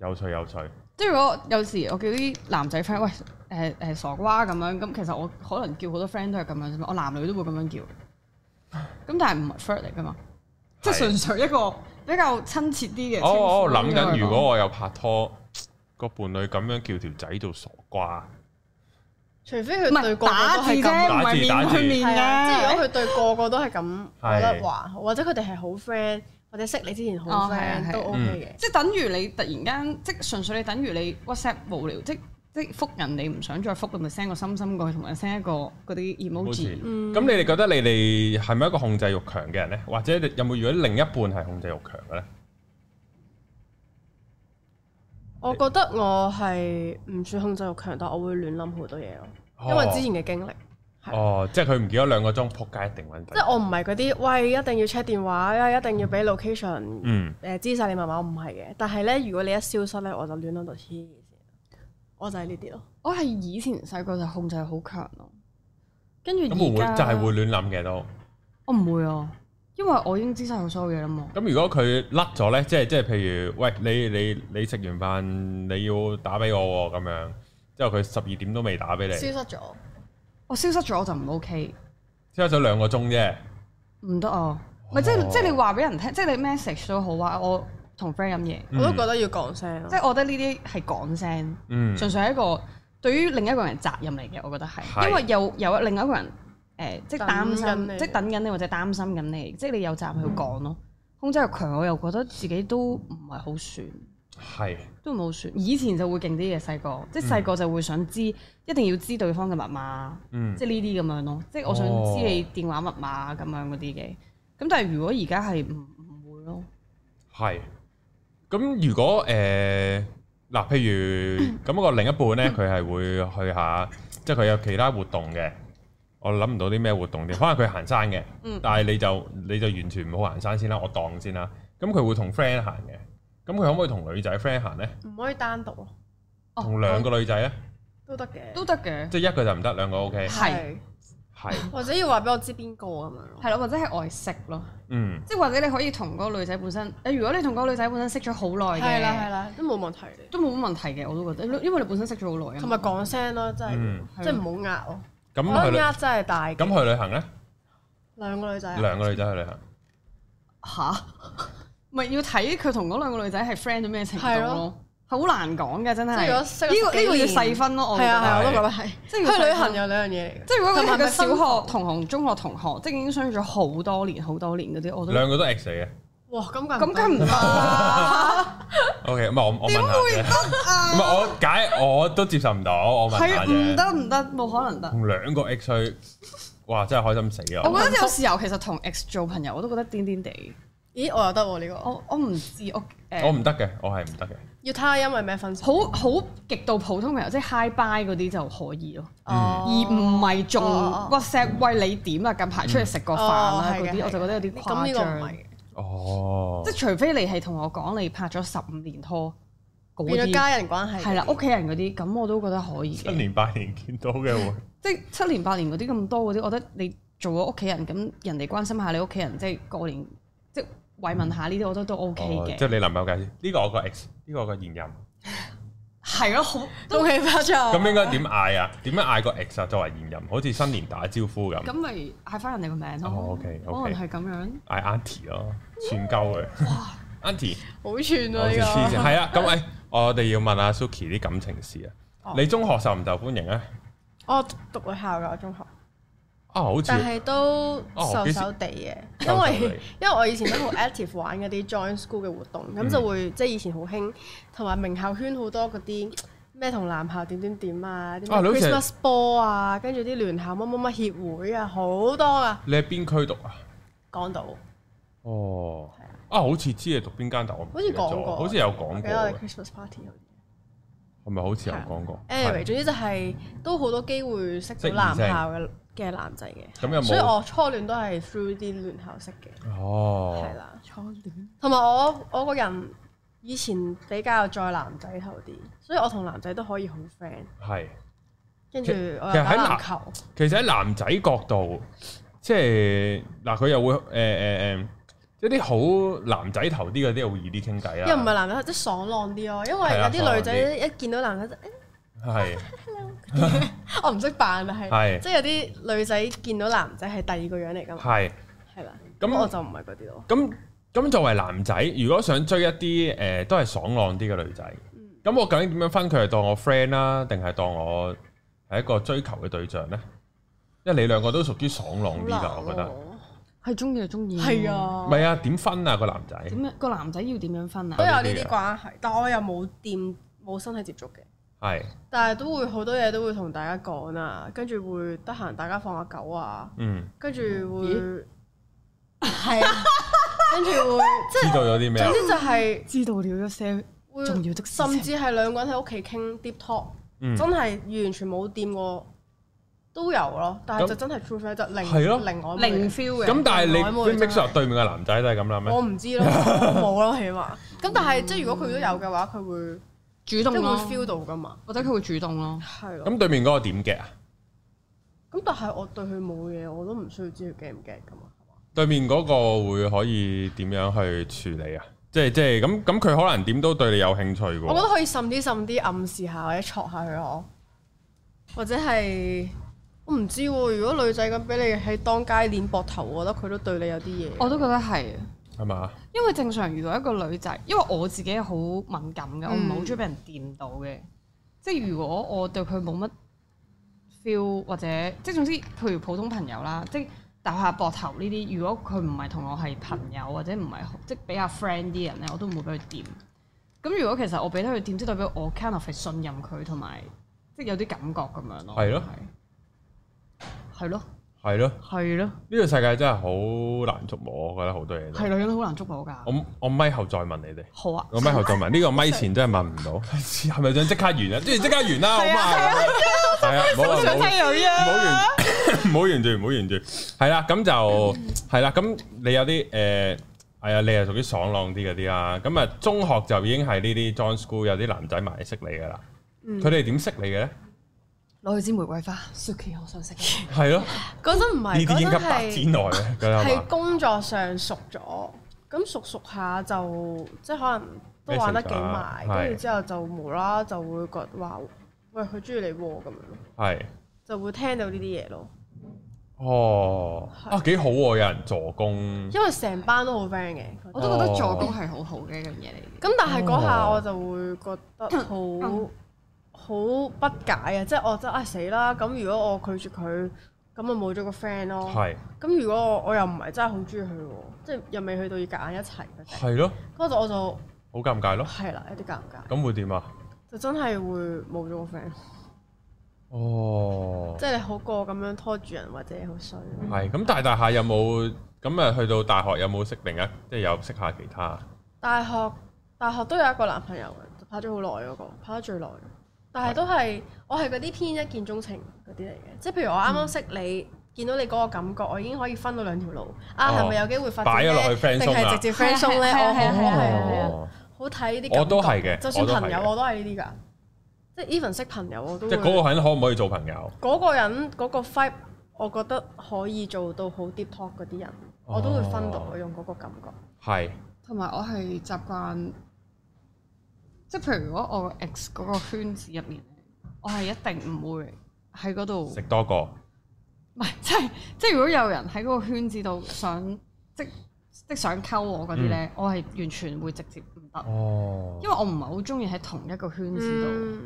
S1: 有趣有趣，
S3: 即係如果有時我叫啲男仔 friend，喂誒誒傻瓜咁樣，咁其實我可能叫好多 friend 都係咁樣啫嘛，我男女都會咁樣叫。咁但係唔係 friend 嚟㗎嘛？即係
S1: 係
S3: 純粹一個比較親切啲嘅啊稱呼。
S1: 哦哦，我諗
S3: 應該係
S1: 緊，
S3: 講
S1: 如果我有拍拖，個伴侶咁樣叫條仔做傻瓜，
S2: 除非
S3: 唔
S2: 佢對個
S3: 係
S2: 個
S3: 打
S2: 都
S3: 字
S2: 係咁
S3: 啫，唔
S1: 打
S3: 係
S1: 字打
S3: 面
S1: 字
S3: 對面
S2: 係啊，即係如
S3: 嘅。
S2: 果佢對個個都係咁，
S1: 係
S2: 我覺得還好，或者佢哋係好 friend，或者識你之前好
S3: 哦係啊係啊
S2: friend 都 OK
S3: 即係等於你突然間，即係純粹你等於你 WhatsApp 無聊，即即係覆人你唔想再覆，你咪 send 個心心過去，同埋 send 一個
S1: 好
S3: 嗰啲
S1: 似
S3: emoji。
S2: 嗯
S1: 咁你哋覺得你哋係咪一個控制欲強嘅人呢？或者你有冇遇到另一半係控制欲強嘅呢？
S2: 嘅。我覺得我係唔算控制欲強，但我會亂諗好多嘢咯，哦因為之前嘅經歷。係
S1: 哦，即係佢唔見咗兩個鐘，撲街一定揾第
S2: 即係我唔係嗰啲，喂，一定要 check 電話，一定要俾 location，
S1: 嗯，
S2: 誒呃知晒你密碼，我唔係嘅。但係咧，如果你一消失咧，我就亂諗到黐線，我就係呢啲咯。
S3: 我係以前細個就控制好強咯，跟住
S1: 咁會唔
S3: 而
S1: 會
S3: 家
S1: 就係會亂諗嘅都？
S3: 我唔會啊，因為我已經知晒佢所有嘢啦嘛。
S1: 咁如果佢甩咗呢，即係即係譬如，喂，你你你食完飯你要打俾我喎，咁樣，之後佢十二點都未打俾你，
S2: 失咗，
S3: 我消失咗我就唔 OK，
S1: 消失咗兩個鐘啫。
S3: 唔得啊！咪
S1: 哦
S3: 即係即係你話俾人聽，即係你 message 都好啊，我同 friend 飲嘢，
S2: 我都覺得要講聲
S3: 即
S2: 咯。
S3: 係我覺得呢啲係講聲。
S1: 嗯，
S3: 純粹係一個對於另一個人責任嚟嘅，我覺得係，
S1: 係
S3: 因為有有另一個人誒、呃即係擔
S2: 等緊
S3: 心，
S2: 你
S3: 即係等緊你或者擔心緊你，即係你有責任去講咯。
S1: 嗯
S3: 控制欲強，我又覺得自己都唔係好算，
S1: 係
S3: 都唔係好算。以前就會勁啲嘅細個，即係細個就會想知，一定要知對方嘅密碼，
S1: 嗯
S3: 即係呢啲咁樣咯。即係我想
S1: 哦
S3: 知你電話密碼咁樣嗰啲嘅。咁但係如果而家係唔唔會咯，
S1: 係。咁如果誒嗱、譬 如咁個另一半呢，佢係會去下，即係佢有其他活動嘅。我諗唔到啲咩活動添，可能佢行山嘅，
S3: 嗯
S1: 但係你就你就完全唔好行山先啦，我當先啦。咁佢會同 friend 行嘅，咁佢可唔可以同女仔 friend 行呢？
S2: 唔可以單獨咯，
S3: 哦
S1: 同兩個女仔呢？
S2: 都得嘅。
S3: 都得嘅，
S1: 即係一個就唔得，兩個 OK，
S3: 係，
S1: 係，
S2: 或者要話俾我知邊個咁樣咯。
S3: 係咯，或者係外食咯。
S1: 嗯，
S3: 即係或者你可以同嗰個女仔本身，誒如果你同嗰個女仔本身識咗好耐嘅，
S2: 係啦係啦，都冇問題嘅。
S3: 都冇乜問題嘅，我都覺得，因為你本身識咗好耐啊嘛。
S2: 同埋講聲咯，真
S1: 嗯
S2: 係，即係唔好呃咯。
S1: 咁
S2: 我覺
S1: 去旅
S2: 得呃真係大嘅。
S1: 咁去旅行呢？
S2: 兩個女仔啊，
S1: 兩個女仔去旅行，
S3: 吓？咪要睇佢同嗰兩個女仔係 friend 到咩程度
S2: 係
S3: 咯
S2: 咯，
S3: 好難講嘅真係。
S2: 即係如果識咗
S3: 呢個呢個要
S2: 幾年
S3: 細分咯，我覺
S2: 係啊係
S1: 係
S2: 啊，
S1: 啊
S2: 我都
S3: 得。
S2: 覺得係。
S3: 即係要細
S2: 去
S3: 分
S2: 旅行有兩樣嘢嚟嘅。
S3: 即係如果佢
S2: 同埋
S3: 係個
S2: 咪
S3: 小
S2: 分房
S3: 學同學、中學同學，即係已經相處咗好多年、好多年嗰啲，我都
S1: 兩個都 X 嚟嘅
S2: 哇，咁梗
S3: 咁
S2: 係
S3: 梗唔
S2: 唔
S3: 得
S2: 得
S3: 啦。
S1: O K，唔係我我問
S4: 點
S1: 下
S4: 會
S1: 啫，
S4: 得
S1: 唔係
S4: 啊？
S1: 我解我都接受唔到，我問下
S4: 係唔
S1: 啫。
S4: 得唔得，冇可能得。
S1: 同兩個 X 去，哇！真係開心死啊！
S3: 我覺得有時候其實同 ex 做朋友，我都覺得癲癲地。
S2: 咦，我又得喎呢個，
S3: 我我唔知我誒，
S1: 我唔得嘅，我係唔得嘅。
S2: 要睇下因為咩分手。
S3: 好好極度普通朋友，即係 hi bye 嗰啲就可以咯，
S2: 而
S3: 而唔係仲
S2: 哦哦哦嗯
S3: WhatsApp 喂你點啊？近排出去食個飯啦
S2: 哦係嘅
S3: 嗰啲，我就覺得有啲
S2: 咁呢
S3: 誇
S2: 個唔
S3: 張
S2: 係。
S1: 哦
S3: 即係，除非你係同我講你拍咗十五年拖嗰
S2: 變咗家
S3: 啲，
S2: 人關係。
S3: 係啦，
S1: 嗯
S3: 屋企人嗰啲，咁我都覺得可以
S1: 七
S3: 嘅。
S1: 年八年見到嘅會，
S3: 即係七年八年嗰啲咁多嗰啲，我覺得你做咗屋企人，咁人哋關心下你屋企人，即係過年即係慰問下呢啲，我覺得都 OK
S1: 哦
S3: 嘅
S1: 即。係你男朋友介紹呢個我個 X，呢個我個現任，
S3: 係咯，好
S2: 恭喜發財。
S1: 咁應該點嗌啊？點樣嗌個 X 啊？作為現任，好似新年打招呼咁
S3: 咁，咪嗌翻人哋個名
S1: 哦
S3: 咯。
S1: ，OK，OK
S3: 可能係咁樣。
S1: 嗌 Auntie 咯，串鳩佢。Auntie，
S2: 好
S1: 我
S2: 串
S1: 似
S2: 啊
S1: 黐
S2: 呢
S1: 線，係 啊。咁誒，我哋要問阿 Suki 啲感情事
S2: 哦
S1: 啊。你中學受唔受歡迎啊？
S2: 個。我讀女校㗎，我中學，
S1: 啊，好似
S2: 但係都
S1: 哦
S2: 瘦
S1: 幾時
S2: 瘦地嘅，
S1: 瘦
S2: 因
S1: 瘦地
S2: 為 因為我以前都好 active 玩嗰啲 join school 嘅活動，
S1: 嗯
S2: 咁就會即係以前好興，同埋名校圈好多嗰啲。咩同男校點點點啊，
S1: 啊
S2: 啲
S1: 你好
S2: 咩
S1: 似係
S2: Christmas ball 啊，跟住啲聯校乜乜乜協會啊，好多啊，
S1: 你喺邊區讀啊？
S2: 講到
S1: 哦，啊，好似知你讀邊間，但我唔
S2: 好似
S1: 記得咗
S2: 講過，
S1: 好似有
S2: 我
S1: 講
S2: 記
S1: 過
S2: 得我哋
S1: 嘅，
S2: Christmas party 好似。
S1: 係咪好似有講過係
S2: anyway，總之就係都好多機會識到男校嘅嘅男仔嘅，
S1: 咁有冇
S2: 所以我初戀都係 through 啲聯校識嘅，
S1: 哦
S2: 係，啦。
S3: 初戀。
S2: 同埋我我個人以前比較再男仔頭啲，所以我同男仔都可以好 friend。
S1: 係。
S2: 跟住
S1: 其
S2: 我又
S1: 其實
S2: 打
S1: 喺男
S2: 籃球，
S1: 其實喺男仔角度，即係嗱，佢又會呃誒誒誒，一啲好男仔頭啲嗰啲會易啲傾偈啦。
S2: 又唔係男仔，即係爽朗啲咯。因為
S1: 啊係啊
S2: 有
S1: 啦
S2: 啲女仔一見到男仔就，欸
S1: 係
S2: 我唔識扮啊，
S1: 係
S2: 係即係有啲女仔見到男仔係第二個樣嚟㗎嘛，
S1: 係
S2: 係啦。
S1: 咁
S2: 咁我就唔係嗰啲咯。
S1: 咁咁作為男仔，如果想追一啲誒、呃都係爽朗啲嘅女仔，
S2: 嗯
S1: 咁、我究竟點樣分佢係當我 friend 啦，定係當我係一個追求嘅對象呢？因為你兩個都屬於爽朗啲㗎，我覺得。
S3: 係中意就中意。
S2: 係。
S1: 唔
S2: 啊，
S1: 係啊，點分啊個男仔？
S3: 點樣個男仔要點樣分
S2: 都
S1: 係
S3: 啊？
S2: 有呢啲關係，但我又冇掂冇身體接觸嘅，
S1: 係
S2: 但係都會好多嘢都會同大家講啊，跟住會得閒大家放下狗啊，
S1: 嗯，
S2: 跟住會
S3: 咦
S2: 係啊， 跟住會即
S1: 知
S2: 係
S1: 道咗啲咩啊
S2: 總？之就係
S3: 知道了一些
S2: 會
S3: 重要的事
S2: 甚
S3: 情。
S2: 至係兩個人喺屋企傾 deep talk，
S1: 嗯，
S2: 真係完全冇掂過都有咯，但係就真係 true friend 就
S1: 係咯
S2: 零零我
S3: 零 feel 嘅。
S1: 咁但係你
S2: 曖昧真係
S1: mix up 對面嘅男仔都係咁啦咩
S2: 我？唔知咯， 冇咯起碼。咁但係即係如果佢都有嘅話，佢會
S3: 主
S2: 即
S3: 動
S2: 係
S3: 咯，
S2: 會 feel 到噶嘛，
S3: 或者佢會主動咯。
S2: 係咯。
S1: 咁對面嗰個點嘅啊？
S2: 咁但係我對佢冇嘢，我都唔需要知佢驚唔驚噶嘛，係嘛？
S1: 對面嗰個會可以點樣去處理啊？即係即係咁咁，佢可能點都對你有興趣嘅
S2: 我覺
S1: 喎。
S2: 得可以滲啲滲啲暗示下或者戳下佢咯，或者係我唔知喎。如果女仔咁俾你喺當街攣膊頭，我覺得佢都對你有啲嘢。
S3: 我都覺得係，
S1: 係嘛？
S3: 因為正常如果一個女仔，因為我自己好敏感嘅，我唔係好
S2: 嗯
S3: 中意俾人掂到嘅。即係如果我對佢冇乜 feel 或者即係總之，譬如普通朋友啦，即係搭下膊頭呢啲，如果佢唔係同我係朋友或者唔係好即係比較 friend 啲人咧，我都唔會俾佢掂。咁如果其實我俾得佢掂，即係代表我 kind of 係信任佢同埋即係有啲感覺咁樣咯。
S1: 係咯
S3: 係，係咯，
S1: 係咯，
S3: 係咯，
S1: 呢個世界真係好難捉摸，我覺得好多嘢都
S3: 係。女人好難捉摸㗎。
S1: 我我咪後再問你哋，
S3: 好啊，
S1: 我咪後再問，呢個咪前真係問唔到，係咪想即刻完啊？即係即刻完啦，好嘛？係啊，冇啊，冇
S3: 有
S1: 唔好完，
S3: 啊！
S1: 唔好完住，唔好完住，係啦，咁就係啦，咁你有啲誒，係啊，你係屬於爽朗啲嗰啲啦，咁啊，中學就已經係呢啲 John School 有啲男仔埋嚟識你噶啦，佢哋點識你嘅咧？
S3: 攞去支玫瑰花，Suki，我想食。
S1: 係咯，
S2: 嗰陣唔
S1: 呢
S2: 係，
S1: 啲
S2: 嗰
S1: 應
S2: 陣
S1: 該白之
S2: 係
S1: 內嘅，佢係
S2: 係
S1: 嘛？
S2: 工作上熟咗，咁熟熟下就即係可能都玩得幾埋，
S1: Message 啊係
S2: 跟住之後就無啦啦就會覺得話，喂佢中意你喎咁樣咯，
S1: 係，
S2: 就會聽到呢啲嘢咯。
S1: 哦，啊幾好喎，有人助攻，
S2: 因為成班都好 friend 嘅，嗰陣
S3: 我都覺得助攻係好好嘅一樣嘢嚟嘅。
S2: 咁但係嗰下
S1: 哦
S2: 我就會覺得好好不解啊！即係我真係啊死啦！咁如果我拒絕佢，咁咪冇咗個 friend 咯。
S1: 係
S2: 咁如果我我又唔係真係好中意佢喎，即係又未去到要夾硬一齊嗰隻。
S1: 係咯，
S2: 嗰陣我就
S1: 好尷尬咯。
S2: 係啦，有啲尷尬，
S1: 咁會點啊？
S2: 就真係會冇咗個 friend，
S1: 哦，
S2: 即係你好過咁樣拖住人或者好衰。
S1: 係咁大大下有冇咁啊？去到大學有冇識另一即係有識下其他？
S2: 大學大學都有一個男朋友嘅，就拍咗好耐嗰個，拍咗最耐嘅。但係都係我係嗰啲偏一見鍾情嗰啲嚟嘅，即係譬如我啱
S1: 嗯
S2: 啱識你，見到你嗰個感覺，我已經可以分到兩條路。啊，
S1: 哦
S2: 係咪有機會發展
S1: 擺咗落
S2: 呢
S1: 去 friend 啊
S2: 定
S1: 鬆啦
S2: 係直接 friend 鬆咧？
S3: 係啊
S2: 我
S3: 係啊係啊係啊
S1: 哦
S2: 好哦好睇呢啲。
S1: 我都係嘅
S2: 就算
S1: 我都係嘅
S2: 朋友我都係呢啲㗎，即係 even 識朋友我都
S1: 即
S2: 會
S1: 係嗰個人可唔可以做朋友？
S2: 嗰個人嗰個 vibe，我覺得可以做到好 deep talk 嗰啲人，我都會分到
S1: 哦
S2: 我用嗰個感覺。
S1: 係
S3: 同埋我係習慣，即係譬如如果我 ex 嗰個圈子入面，我係一定唔會喺嗰度，
S1: 食多個。
S3: 唔係 即係即係如果有人喺嗰個圈子度想即即想溝我
S1: 嗯
S3: 嗰啲咧，我係完全會直接唔得，
S1: 哦
S3: 因為我唔係好中意喺同一個圈子
S2: 嗯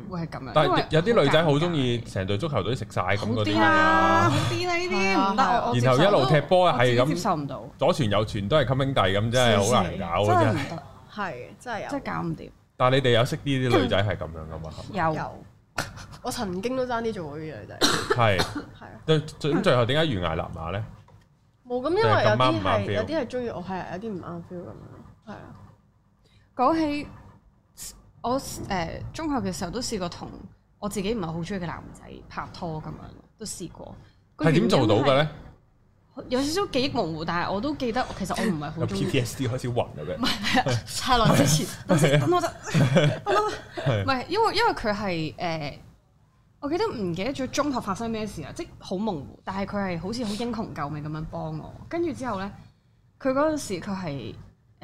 S3: 度會係咁樣。
S1: 但
S3: 因為
S1: 係有啲女仔好中
S3: 尷
S1: 意
S3: 尬
S1: 成隊足球隊食晒咁
S3: 好
S1: 嗰啲
S3: 癲
S1: 㗎
S3: 啊！
S1: 嘛
S3: 好癲啊！呢
S2: 係啊
S3: 啲唔得，
S2: 係啊
S3: 我我接
S1: 然後一
S3: 受
S1: 路
S3: 唔到
S1: 踢波係
S3: 我自己
S1: 咁
S3: 接受唔到，
S1: 左傳右傳都係襟兄弟咁，真係好難搞
S3: 真
S1: 啊！
S3: 係
S1: 真
S3: 唔
S1: 係。
S3: 得，
S2: 係，真係有。
S3: 真係搞唔掂。
S1: 但係你哋有識呢啲女仔係咁樣噶 嘛？
S3: 有
S2: 有，我曾經都爭啲做過呢樣嘢，真
S1: 係
S2: 係啊，
S1: 對最咁最後點解懸崖勒馬咧？
S2: 冇咁，因為
S1: 即
S2: 有
S1: 係咁啱唔
S2: 啲
S1: 啱
S2: 係
S1: feel
S2: 有啲係中意我，係啊有啲唔啱 feel 咁樣，係啊，
S3: 講起我誒、中學嘅時候都試過同我自己唔係好中意嘅男仔拍拖咁樣，都試過。個
S1: 係點做到
S3: 原因
S1: 嘅
S3: 係？
S1: 咧？
S3: 有少少記憶模糊，但係我都記得，其實我唔係好
S1: 有
S3: 中 意。
S1: PTSD 開始暈啊啦嘅，
S3: 太耐之前，等先
S1: 啊
S3: 等我陣，
S1: 係
S3: 唔係因為因為佢係誒，我記得唔記得咗中學發生咩事啊，即係好模糊，但係佢係好似好英雄救美咁樣幫我，跟住之後咧，佢嗰陣時佢係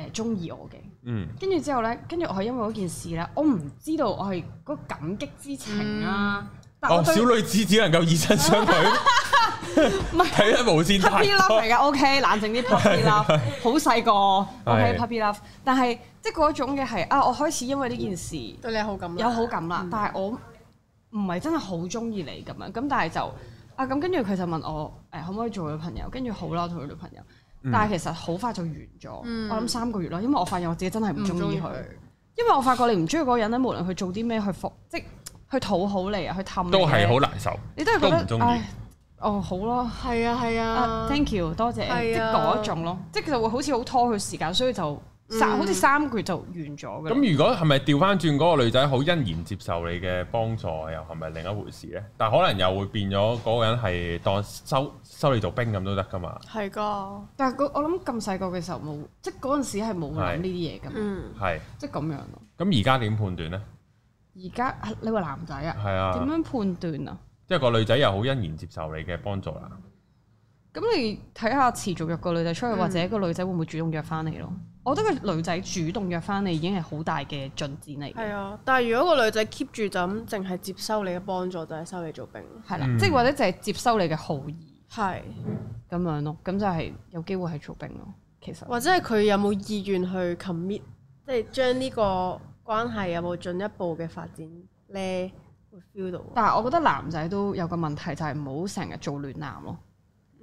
S3: 誒中意我嘅，
S1: 嗯，
S3: 跟住之後咧，跟住我係因為嗰件事咧，我唔知道我係嗰感激之情啦、但我
S1: 哦，
S3: 對
S1: 小女子只能夠以身相 許，
S3: 唔係
S1: 睇得無線
S3: puppy
S1: 大
S3: love
S1: 哥
S3: 嚟。㗎 OK，冷靜啲 puppy love，好細個
S1: 係
S3: OK puppy love，但係即係嗰種嘅係啊，我開始因為呢件事
S2: 對你有好感啊啦
S3: 有好感啦，但係我唔係真係好中意你咁樣，咁但係就啊咁跟住佢就問我誒、可唔可以做女朋友，跟住好啦，我同佢女朋友，但係其實好快就完咗，
S2: 嗯
S3: 我諗三個月啦，因為我發現我自己真係唔
S2: 唔
S3: 中
S2: 中
S3: 意
S2: 意
S3: 佢
S2: 佢，，
S3: 因為我發覺你唔中意嗰個人咧，無論佢做啲咩去服，即係去討好你啊，去氹你
S1: 都
S3: 呢
S1: 係好，難受，
S3: 你都係覺
S1: 都唔中
S3: 得
S1: 意
S3: 唉，哦好咯。
S2: 係啊係
S3: 啊
S2: 啊
S3: ，thank you，多謝，即
S2: 係
S3: 係
S2: 啊
S3: 嗰一種咯，即係就會好似好拖佢時間，所以就三好似三個月就完咗㗎啦。
S1: 咁如果係咪調翻轉嗰個女仔好欣然接受你嘅幫助，又係咪另一回事咧？但可能又會變咗嗰個人係當收收你做兵咁都得噶嘛？
S2: 係噶，
S3: 但係個我諗咁細個嘅時候冇，即係嗰陣時係冇諗呢啲嘢㗎嘛，
S2: 嗯，
S1: 係。
S3: 即係咁樣咯。
S1: 咁而家點判斷咧？
S3: 而家你話男仔啊，
S1: 係
S3: 點
S1: 啊，
S3: 樣判斷啊？
S1: 即係個女仔又好欣然接受你嘅幫助啦。
S3: 咁你睇下持續約個女仔出去，或者個女仔會唔會主動約翻你咯？我覺得個女仔主動約翻你已經係好大嘅進展嚟嘅
S2: 係，啊。但係如果個女仔 keep 住就咁，淨係接收你嘅幫助，就係收你做兵，
S3: 係啦
S1: 嗯，
S3: 即係或者就係接收你嘅好意
S2: 係
S3: 咁樣咯，咁就係有機會係做兵咯。其實
S2: 或者係佢有冇意願去 commit，即係將呢個關係有冇進一步嘅發展咧，會 feel 到。
S3: 但係我覺得男仔都有個問題，就係唔好成日做亂男咯，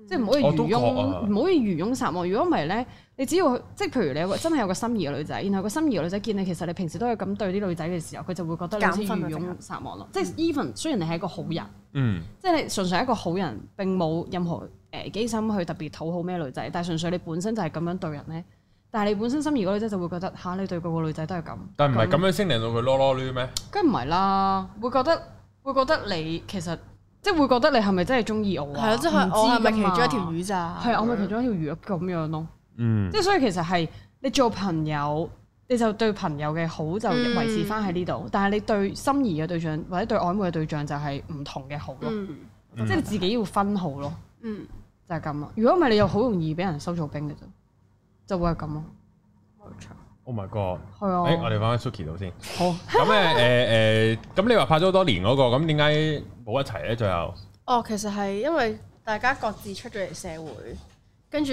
S3: 即係唔可以
S1: 我都
S3: 漁翁，
S1: 覺啊
S3: 唔可以漁翁撒網。如果唔係咧，你只要即係譬如你有個真係有個心儀嘅女仔，然後個心儀嘅女仔見你其實你平時都係咁對啲女仔嘅時候，佢就會覺得你好似
S2: 減分啊
S3: 漁翁撒網咯。即係 even 雖然你係一個好人，
S1: 嗯，
S3: 即係你純粹係一個好人，並冇任何誒、呃、機心去特別討好咩女仔，但係純粹你本身就係咁樣對人咧。但係你本身心儀嗰女仔就會覺得吓、你對個個女仔都係咁，
S1: 但唔係咁樣先令到佢囉囉攣咩？
S3: 梗唔係啦，會覺得會覺得你其實即係會覺得你係咪真係中意我啊？
S2: 係咯，即係我係咪其中一條？魚咋？
S3: 係我咪其中一條魚咁樣咯。
S1: 嗯
S3: 即，係所以其實係你做朋友，你就對朋友嘅好就
S2: 嗯
S3: 維持翻喺呢度，但係你對心儀嘅對象或者對曖昧嘅對象就係唔同嘅好咯。
S2: 嗯
S1: 嗯
S3: 即係你自己要分好咯，
S2: 嗯，
S3: 就係咁咯。如果唔係，你又好容易俾人收咗兵嘅啫，就會係咁咯。
S2: 冇錯。
S1: Oh my god！
S3: 係
S1: 誒、
S3: 啊，
S1: 我哋翻返 Suki 度先。
S3: 好
S1: 咁咧誒誒，咁、你話拍咗好多年嗰、個，咁點解冇一齊咧？最後，
S2: 哦，其實係因為大家各自出咗嚟社會，跟住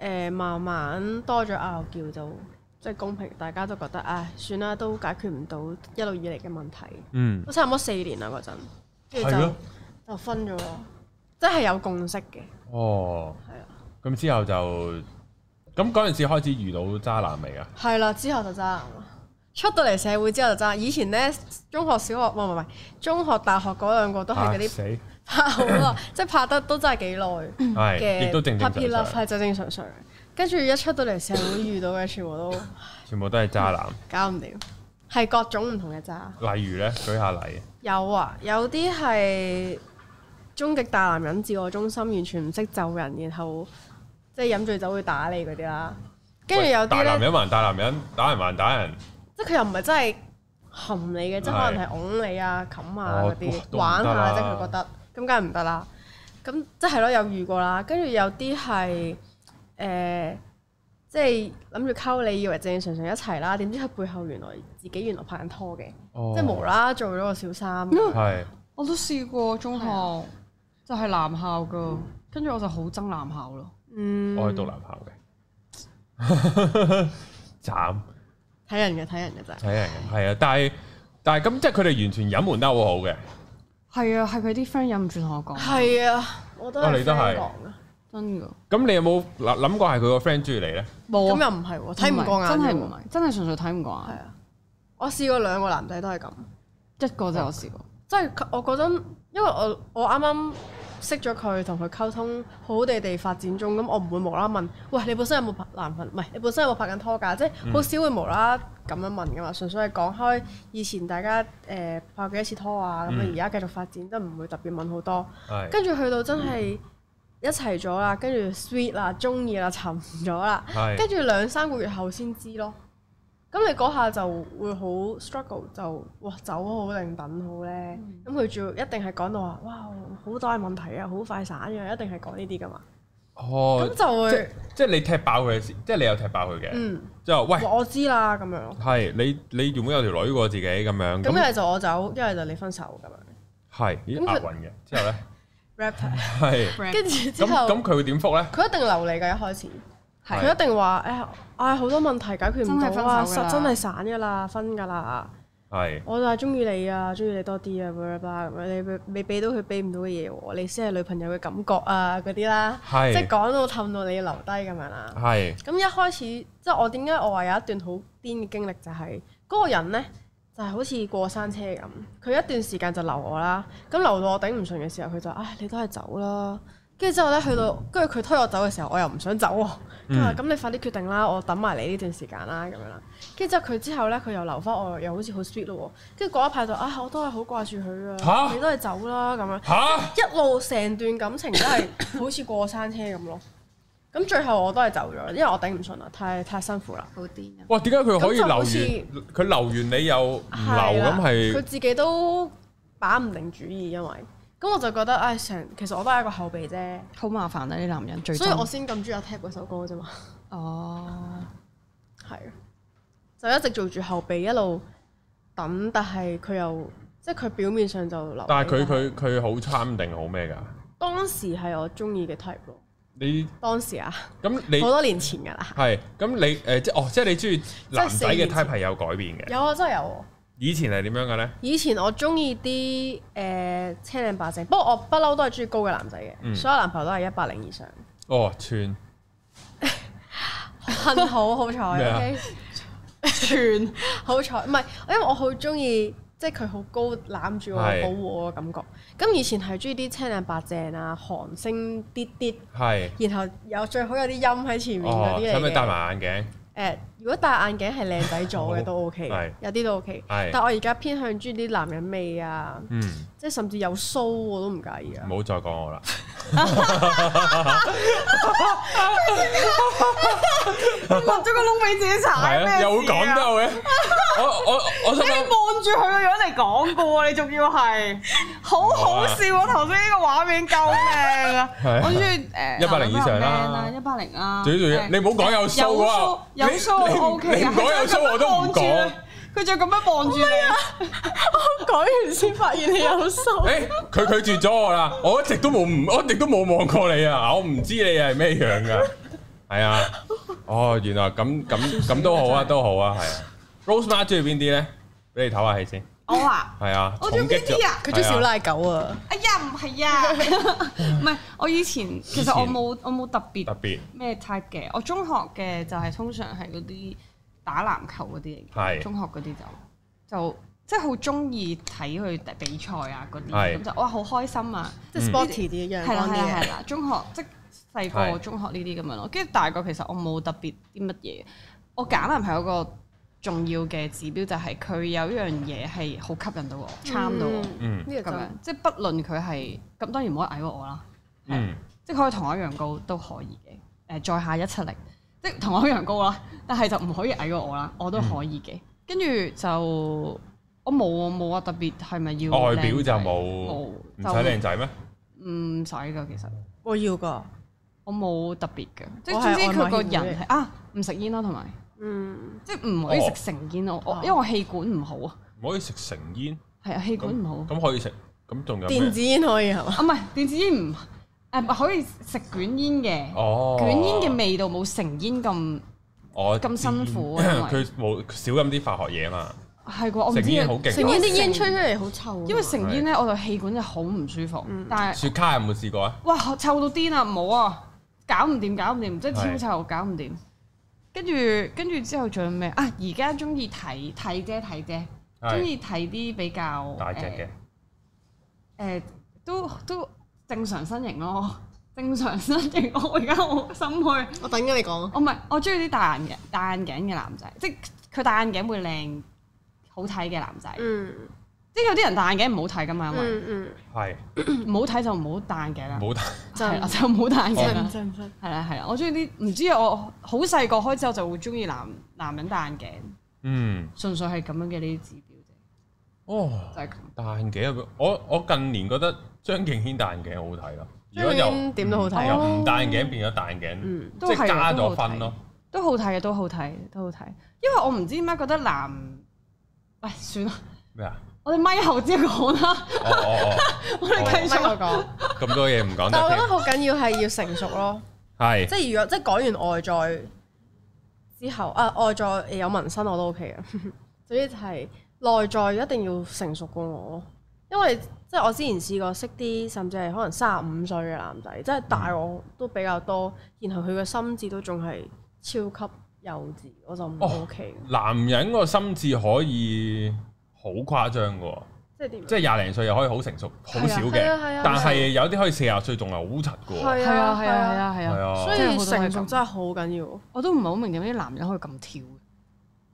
S2: 誒慢慢多咗拗撬，就即係公平，大家都覺得唉，算啦，都解決唔到一路以嚟嘅問題，
S1: 嗯，
S2: 都差唔多四年啦嗰陣，跟住
S1: 係咯
S2: 就就分咗咯，即係有共識嘅，
S1: 哦，
S2: 係啊，
S1: 咁之後就，咁嗰陣時開始遇到渣男未啊？
S2: 係啦，之後就渣男啦，出到嚟社會之後就爭。以前咧，中學、小學，唔係唔係，中學、大學嗰兩個都係嗰
S1: 嚇
S2: 啲
S1: 死
S2: 拍好耐，即係拍得都真係幾耐
S1: 係，
S2: 嘅。
S1: 亦都正正常
S2: Puppy Love
S1: 常，
S2: 係正正常常嘅。跟住一出到嚟社會遇到嘅全部都
S1: 全部都係渣男。
S2: 搞唔掂，係各種唔同嘅渣。
S1: 例如咧，舉下例，
S2: 有啊，有啲係終極大男人，自我中心，完全唔識就人，然後即係飲醉酒會打你嗰啲啦。跟住
S1: 喂
S2: 有
S1: 大
S2: 啲
S1: 男
S2: 咧，
S1: 人還大男人，打人還打人，
S2: 即係佢又唔係真係含你嘅，即係可能
S1: 係
S2: 係擁你啊、冚啊
S1: 哦哇
S2: 嗰啲
S1: 都唔
S2: 玩
S1: 得啦
S2: 下，即係佢覺得咁，梗係唔得啦。咁即係咯，有遇過啦。跟住有啲係誒，即係諗住溝你，以為正正常常一齊啦，點知佢背後原來自己原來拍緊拖嘅，
S1: 即
S2: 即係無啦啦做咗個小三。
S3: 嗯
S1: 係
S3: 我都試過中
S2: 係
S3: 學，就係男校噶，跟住我就好憎男校咯。
S2: 嗯，
S1: 我係讀男校嘅， 斬
S2: 睇人嘅，睇人嘅咋。
S1: 睇人嘅係啊，但係但係咁即係佢哋完全隱瞞得好好嘅，
S3: 係啊，係佢啲 friend 忍唔住同我講，
S2: 係啊，我都
S1: 啊
S2: 係
S1: 哦你都係
S2: 香港啊，
S3: 真噶，
S1: 咁你有冇諗諗過係佢個 friend 中意你咧？
S2: 咁
S3: 冇啊
S2: 又唔係喎，睇唔過眼，
S3: 真係唔，係，真係純粹睇唔過
S2: 係
S3: 眼。
S2: 啊，我試過兩個男仔都係咁，
S3: 一個就我試過，
S2: 即係佢我嗰陣，因為我我啱啱識咗佢，同佢溝通好好地地發展中，咁我唔會無啦啦問，喂你本身有冇拍男朋友？唔係你本身有冇拍緊拖㗎？即係好少會無啦啦咁樣問㗎嘛，純粹係講開以前大家誒、呃拍過幾多次拖啊，咁
S1: 嗯
S2: 樣而家繼續發展都唔會特別問好多。
S1: 係
S2: 跟住去到真係一齊咗啦，跟住 sweet 啦，中意啦，沉咗啦，
S1: 係
S2: 跟住兩三個月後先知咯。咁你嗰下就會好 struggle，就哇走好定等好咧？
S3: 嗯
S2: 咁佢仲要一定係講到話，哇好多問題啊，好快散嘅，一定係講呢啲噶嘛。咁、
S1: 哦，
S2: 就
S1: 即
S2: 會
S1: 即係你踢爆佢，先，即係你有踢爆佢嘅，
S2: 嗯，
S1: 即係話
S2: 話我知啦咁樣咯。
S1: 喂係你你原本有條女喎自己咁樣，
S2: 咁一
S1: 咁
S2: 係就我走，一係就你分手咁樣。
S1: 係咦
S2: 咁佢
S1: 押韻嘅，之後咧
S2: rap
S1: 係
S2: 跟住之
S1: 咁
S2: 後，
S1: 咁佢會點覆咧？
S2: 佢一定留你㗎一開始。
S1: 係
S2: 佢一定話誒，唉好多問題解決唔
S3: 真係
S2: 到啊，
S3: 分手㗎啦
S2: 實真係散㗎啦，分㗎啦。
S1: 係
S2: 我就係中意你啊，中意你多啲啊，blah blah blah 咁樣你你俾到佢俾唔到嘅嘢喎，你先係女朋友嘅感覺啊嗰啲啦，即
S1: 係
S2: 係講到氹到你要留低咁樣啦。
S1: 係
S2: 咁一開始即係我點解我話有一段好癲嘅經歷就係、嗰個人呢，就係、好似過山車咁，佢一段時間就留我啦，咁留到我頂唔順嘅時候，佢就唉你都係走啦。跟住之後呢，去到跟住佢推我走嘅時候，我又唔想走喎。佢話
S1: 嗯
S2: 咁你快啲決定啦，我等埋你呢段時間啦咁樣啦。跟住之後佢之後咧，佢又留翻我，又好似好 sweet 咯喎。跟住嗰一排就啊，我都係好掛住佢啊，
S1: 吓
S2: 你都係走啦咁樣。
S1: 吓
S2: 一路成段感情都係好似過山車咁咯。咁最後我都係走咗，因為我頂唔順啦，太太辛苦啦。
S3: 好癲啊！
S1: 哇點解佢可以留
S2: 咁就好似
S1: 完佢留完你又唔
S2: 係
S1: 留
S2: 啦
S1: 咁
S2: 佢
S1: 係
S2: 自己都把唔定主意，因為咁我就覺得唉，成其實我都係一個後備啫，
S3: 好麻煩啊！啲男人最憎
S2: 所以我先咁中意阿 Tap 嗰首歌啫嘛。
S3: 哦，
S2: 係啊，就一直做住後備一路等，但係佢又即係佢表面上就留。
S1: 但係佢佢佢好參定好咩㗎？
S2: 當時係我中意嘅 type 咯，
S1: 你
S2: 當時啊，
S1: 咁你
S2: 好多年前㗎啦。
S1: 係咁你誒即哦即係你中意男仔嘅
S2: 即係四年前
S1: type 係有改變嘅，
S2: 有啊，真係有喎、
S1: 以前係點樣嘅咧？
S2: 以前我中意啲呃誒青靚白淨，不過我不嬲都係中意高嘅男仔嘅，
S1: 嗯
S2: 所有男朋友都係一百零以 上。
S1: 哦串。
S2: 幸好好彩
S1: 咩啊
S2: ，OK，全好彩，唔係，因為
S1: 哦
S2: 我好中意，即係佢好高攬住我，
S1: 係
S2: 保護我嘅感覺。咁以前係中意啲青靚白淨啊，韓星啲啲，
S1: 係
S2: 然後有最好有啲音喺前面嗰
S1: 哦，
S2: 啲
S1: 使唔
S2: 嚟
S1: 使戴
S2: 嘅。
S1: 埋眼
S2: 誒，如果戴眼鏡係靚仔做
S1: 好
S2: 嘅都 OK，
S1: 係
S2: 嘅有啲都 OK。
S1: 係
S2: 但我而家偏向中意啲男人味啊，
S1: 鏡？嗯，
S2: 即係甚至有須我都唔介意啊。
S1: 唔好再講 我啦。
S3: 落咗個窿俾自己踩
S1: 係啊，又會講得嘅。我我我心 諗，
S3: 望住佢個樣嚟講噶喎，你仲要 係好好笑啊！頭先呢個畫面救命啊！
S1: 係啊
S3: 我中意誒
S1: 180以上啦
S3: 一百零啊，
S1: 最重要
S3: 誒
S1: 你唔好講有鬚啊！
S3: 有鬚有鬚
S1: 你
S3: O K
S1: 你唔講啊有鬚我都唔講。
S3: 佢仲咁樣望住你，
S2: 改完先發現你有須。
S1: 誒，佢拒絕咗我啦，我一直都冇唔，我一直都冇望過你啊！我唔知你係咩樣噶。係啊，哦，原來咁咁咁都好啊，都好啊，係啊。Rosemar 中意邊啲咧？俾你唞下氣先。
S3: 我啊，
S1: 係啊，
S3: 我中意
S1: 重擊咗
S3: 邊啲啊
S2: 佢中意小。
S1: 係啊
S2: 奶狗啊，
S3: 哎呀唔係啊， 唔係我以前其實我冇我冇特別
S1: 特別
S3: 咩 type 嘅，我中學嘅就係通常係嗰啲打籃球嗰啲嚟
S1: 係
S3: 嘅，中學嗰啲就就即係好中意睇佢比賽啊嗰啲，
S1: 係
S3: 咁就哇好開心啊！
S2: 即係
S1: 嗯
S2: 啊 sporty 啲一樣
S3: 係啦
S2: 光
S3: 係
S2: 啲
S3: 啦
S2: 嘅。
S3: 係啦，中學即係細個
S1: 係
S3: 中學呢啲咁樣咯，跟住大個其實我冇特別啲乜嘢，我揀男朋友個重要嘅指標就係佢有一樣嘢係好吸引到我，charm 到我
S2: 嗯
S1: 嗯
S2: 呢個
S3: 咁
S2: 就
S3: 樣，即係不論佢係咁，當然唔可以矮過我啦，
S1: 嗯
S3: 即係可以同我一樣高都可以嘅，誒、再下一七零，即係同我一樣高啦，但係就唔可以矮過我啦，我都可以
S1: 嗯
S3: 嘅，跟住、就。我冇啊冇話特別係咪要
S1: 外表
S3: 靚
S1: 就
S3: 仔
S1: 冇，
S3: 冇
S1: 唔使
S3: 就
S1: 靚仔咩？
S3: 唔使㗎其實。
S4: 我要噶，
S3: 我冇特別嘅，即
S2: 我係
S3: 係總之佢個
S2: 外貌協會
S3: 人係啊，唔食煙咯，同埋
S2: 嗯，
S3: 即係唔可以食成煙咯。我
S2: 哦
S3: 因為我氣管唔好啊，
S1: 唔可以食成煙，
S3: 係啊，氣管唔好
S1: 咁咁可以食，咁仲有咩
S2: 電子煙可以係嘛？
S3: 啊，唔係電子煙唔誒可以食卷煙嘅，
S1: 哦，
S3: 卷煙嘅味道冇成煙咁
S1: 我
S3: 咁辛苦
S1: 知
S3: 啊因為
S1: 嗯佢冇佢少飲啲化學嘢嘛，
S3: 係啩，我唔知
S1: 成煙好
S3: 啊。
S1: 勁
S2: 成
S1: 啊。
S2: 煙啲煙吹出嚟好臭啊。
S3: 因為成煙咧，我就氣管就好唔舒服，
S2: 嗯
S3: 但係
S1: 雪卡有冇試過啊？
S3: 哇臭到癲啊，冇啊，搞唔掂，搞唔掂，即係超
S1: 係
S3: 臭，搞唔掂。跟住跟住之後仲有咩啊？而家中意睇睇啫睇啫。中
S1: 係
S3: 意睇啲比較
S1: 大隻嘅
S3: 誒、，呃都都正常身形咯。 正常身形，我而家好心虛。
S2: 我等緊你講啊。
S3: 我唔係，我中意啲戴眼鏡、戴眼鏡嘅男仔，即係佢戴眼鏡會靚好睇嘅男仔。
S2: 嗯
S3: 即係有啲人戴眼鏡唔好睇噶嘛，因為
S2: 嗯嗯，
S1: 係
S3: 唔好睇就唔好戴眼鏡啦。
S1: 冇大
S3: 係啦，就唔好戴眼鏡啦。
S2: 真唔真？
S3: 係啦係啦，我中意啲唔知啊我好細個開始我就會中意男男人戴眼鏡，
S1: 嗯
S3: 純粹係咁樣嘅呢啲指標
S1: 哦
S3: 啫，就係、咁。
S1: 戴眼鏡啊！我我近年覺得張敬軒戴眼鏡好睇咯，
S2: 張敬軒點都好睇
S3: 啊
S1: 又唔戴眼鏡變咗戴眼鏡，
S2: 嗯
S1: 即
S3: 都係
S1: 係加
S3: 都好
S1: 咗分咯。
S3: 都好睇嘅，都好睇，都好睇。因為我唔知點解覺得男，喂，算啦，
S1: 咩啊？
S3: 我哋咪後先講啦，
S1: 哦哦
S3: 我哋
S2: 唔係
S3: 繼續
S2: 我。講，
S1: 哦，咁多嘢唔講
S2: 但我
S1: 得添
S2: 覺得，好緊要係要成熟咯。
S1: 係
S2: 即係如果即係講完外在之後，啊外在誒有紋身我都 OK 嘅， 總之就係內在一定要成熟過我咯，因為即係我之前試過識啲甚至係可能三十五歲嘅男仔，即係大我都比較多，然後佢嘅心智都仲係超級幼稚，我就唔
S1: 哦
S2: OK 嘅，
S1: 男人個心智可以好誇張嘅喎。
S2: 即係點啊？
S1: 即係廿零歲又可以好成熟，好少
S2: 係啊係啊係
S1: 嘅
S2: 啊，
S1: 但係有啲可以四廿歲仲係好柒嘅喎。
S2: 係
S3: 係啊係啊係，啊
S1: 係
S3: 係啊！
S1: 啊，
S2: 所
S3: 真係
S2: 以
S3: 好多
S2: 成
S3: 係
S2: 熟
S3: 咁
S2: 真係好緊要。
S3: 我都唔係好明點解啲男人可以咁跳嘅，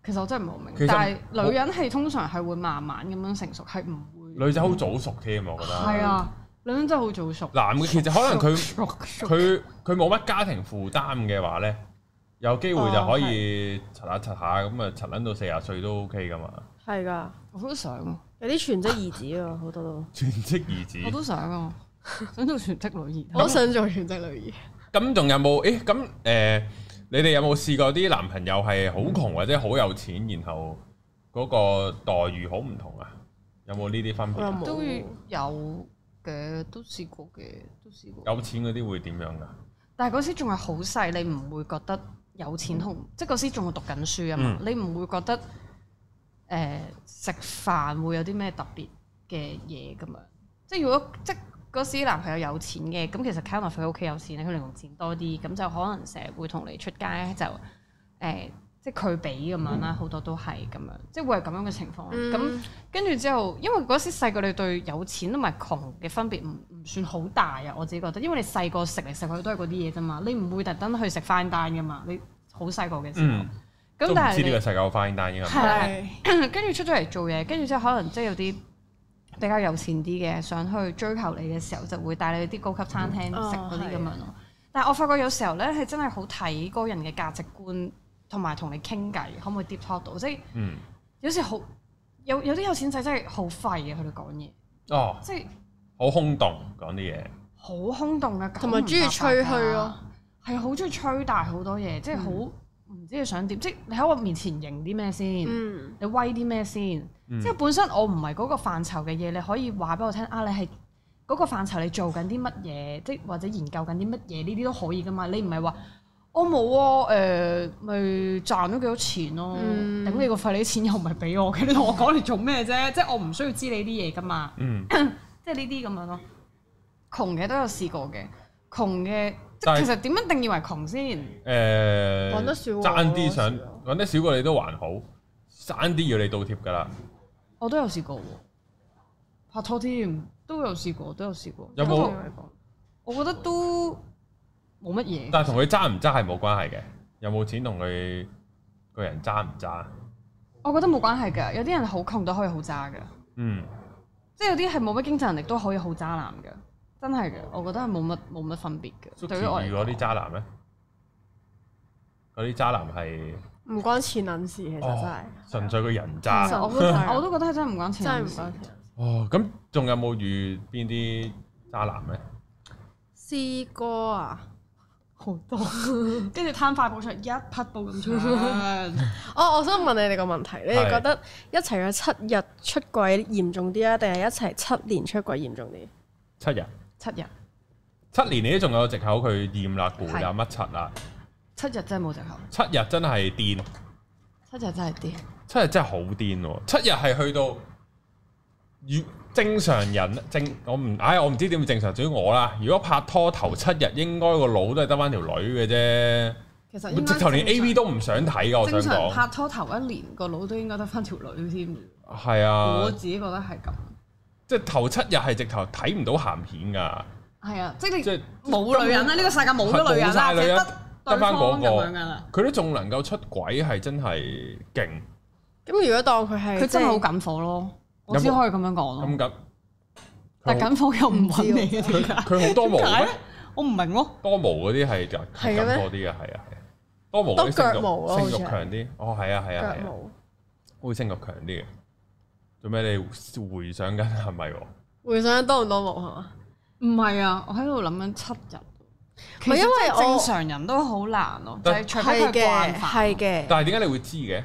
S3: 其實我真係唔係好
S1: 其實
S3: 明。但係女人係通常係會慢慢咁樣成熟，係唔會。
S1: 女仔好早熟添，我覺得。
S3: 係。啊，女人真係好早熟。
S1: 男嘅其實可能佢
S3: 熟熟
S1: 佢佢冇乜家庭負擔嘅話咧，有機會就可
S2: 哦
S1: 以柒下柒下咁啊，柒撚到四廿歲都 OK 噶嘛。
S2: 係㗎，
S3: 我都想啊，
S2: 有啲全職兒子啊，好多都。
S1: 全職兒子
S3: 我。都想啊，想做全職女兒。
S2: 我都想做全職女兒。
S1: 咁仲有冇？誒咁誒，你哋有冇試過啲男朋友係好窮或者好有錢，然後嗰個待遇好唔同啊？有冇呢啲分別
S2: 我又
S1: 啊？
S2: 冇。
S3: 都有嘅，都試過嘅，都試過。
S1: 有錢嗰啲會點樣㗎？
S3: 但係嗰時仲係好細，你唔會覺得有錢同、即係嗰時仲係讀緊書啊嘛，
S1: 嗯
S3: 你唔會覺得誒、呃食飯會有啲咩特別嘅嘢咁樣。即係如果即係嗰時男朋友有錢嘅，咁其實 Kevin 佢屋企有錢咧，佢零用錢多啲，咁就可能成日會同你出街就誒、呃即係佢俾咁樣
S1: 嗯
S3: 啦，好多都係咁樣，即係會係咁樣嘅情況。
S2: 嗯
S3: 咁、跟住之後，因為嗰時細個你對有錢同埋窮嘅分別唔唔算好大啊，我自己覺得，因為你細個食嚟食去都係嗰啲嘢啫嘛，你唔會特登去食翻單噶嘛，你好細個嘅時候。
S1: 嗯。
S3: 咁、
S1: 都唔
S3: 但
S1: 知
S3: 係
S1: 呢
S3: 你
S1: 個世界有翻單嘅係
S3: 係啦， 跟住出咗嚟做嘢，跟住之後可能即係有啲比較有錢啲嘅，想去追求你嘅時候，就會帶你去啲高級餐廳
S2: 嗯
S3: 食嗰啲
S2: 哦
S3: 咁樣咯。但係我發覺有時候咧，係真係好睇嗰個人嘅價值觀，同埋同你傾偈可唔可以 deep talk 到，即係
S1: 嗯，
S3: 有時好有有啲有錢仔真係好廢嘅，佢哋講嘢，
S1: 哦，
S3: 即係
S1: 好空洞講啲嘢，
S3: 好空洞嘅，
S2: 同埋中意吹噓咯，嗯
S3: 係啊好中意吹大好多嘢，即係好唔知你想點，即係你喺我面前型啲咩先。
S2: 嗯，
S3: 你威啲咩先？
S1: 嗯
S3: 即係本身我唔係嗰個範疇嘅嘢，你可以話俾我聽啊！你係嗰個範疇，你做緊啲乜嘢？即係或者研究緊啲乜嘢？呢啲都可以噶嘛。你唔係話我冇啊，誒、咪賺咗幾多錢咯？頂、
S2: 嗯
S3: 你個肺，你啲錢又唔係俾我嘅，你同我講嚟做咩啫？即係我唔需要知你啲嘢噶嘛。
S1: 嗯，
S3: 即係呢啲咁樣咯。窮嘅都有試過嘅，窮嘅即係
S1: 但係
S3: 其實點樣定義為窮先？
S1: 誒，
S2: 講得少喎
S1: 爭啲
S2: 講
S1: 想
S2: 得少喎
S1: 講得少過你都還好，爭啲要你倒貼㗎啦。
S3: 我都有試過喎，拍拖添都有試過，都有試過。
S1: 有冇
S3: 都同佢講我覺得都冇乜嘢。
S1: 但係同佢爭唔爭係冇關係嘅，有冇錢同佢個人爭唔爭？
S3: 我覺得冇關係㗎，有啲人好窮都可以好渣㗎，
S1: 嗯，
S3: 即係有啲係冇乜經濟能力都可以好渣男㗎，真係嘅。我覺得係冇乜冇乜分別嘅。對於我
S1: Suki
S3: 嚟
S1: 嗰啲
S3: 講，
S1: 渣男咧，嗰啲渣男係
S2: 唔關錢撚事，其實真
S1: 哦
S2: 係，
S1: 純粹個人
S3: 其
S1: 渣。
S3: 實我覺得我都覺得係真係唔關
S2: 真係
S3: 錢
S2: 唔
S3: 事。
S2: 關錢。
S1: 哦，咁仲有冇遇邊啲渣男咧？
S2: 試過啊，
S3: 好多，跟住攤塊布出嚟一匹布咁長。
S2: 哦，我想問你哋個問題，你哋覺得一齊嘅七日出軌嚴重啲啊，定係一齊七年出軌嚴重啲？
S1: 七日，
S3: 七日，
S1: 七年你都仲有藉口佢厭啦、攰啦、乜柒啦，
S3: 七日真係冇藉口，
S1: 七日真係癲。
S3: 七日真係啲。
S1: 七日真係好癲喎！七日係去到與正常人正我唔唉，我唔知點正常。至於我啦，如果拍拖頭七日，應該個腦都係得翻條女嘅啫，
S3: 其實應該
S1: 直頭連
S3: 正
S1: A
S3: 常
S1: V 都唔想睇噶。我想
S3: 正常
S1: 講
S3: 拍拖頭一年個腦都應該得翻條女添，
S1: 係
S3: 我
S1: 啊，
S3: 自己覺得係咁。
S1: 即係頭七日係直頭睇唔到鹹片噶，
S3: 係啊，即係
S1: 即係
S3: 你冇女人啦，呢個世界冇咗女人
S1: 冇晒
S3: 啦，淨
S1: 女人
S3: 係得對
S1: 返
S3: 方
S1: 嗰
S3: 咁
S1: 個
S3: 樣噶啦。
S1: 佢都仲能夠出軌，係真係勁
S2: 咁如果當佢係
S3: 佢真係好
S2: 即
S3: 緊火咯，我
S1: 有冇
S3: 只可以咁樣講
S1: 咁
S3: 咯。
S1: 緊。
S3: 但
S1: 佢好
S3: 緊火又唔揾你點解？
S1: 佢好多毛
S3: 點解
S1: 咩
S3: 咧？我唔明咯。
S1: 多毛嗰啲係就係
S2: 係嘅咩
S1: 咁多啲嘅，係啊係啊，多毛嗰啲性
S2: 多腳毛咯
S1: 慾
S2: 好
S1: 性
S2: 似
S1: 慾
S2: 係
S1: 強啲，哦係啊係啊
S2: 腳
S1: 係啊，
S2: 毛
S1: 會性慾強啲嘅。做咩你回想緊係咪喎？
S2: 回想多唔多毛係嘛？
S3: 唔係啊，我喺度諗緊七日。其
S2: 唔係
S3: 實
S2: 因為
S3: 真係正
S2: 我
S3: 常人都好難咯，就
S1: 但
S3: 係除
S2: 係
S3: 非佢慣
S2: 嘅，
S3: 犯
S2: 係。嘅，
S1: 但係點解你會知嘅？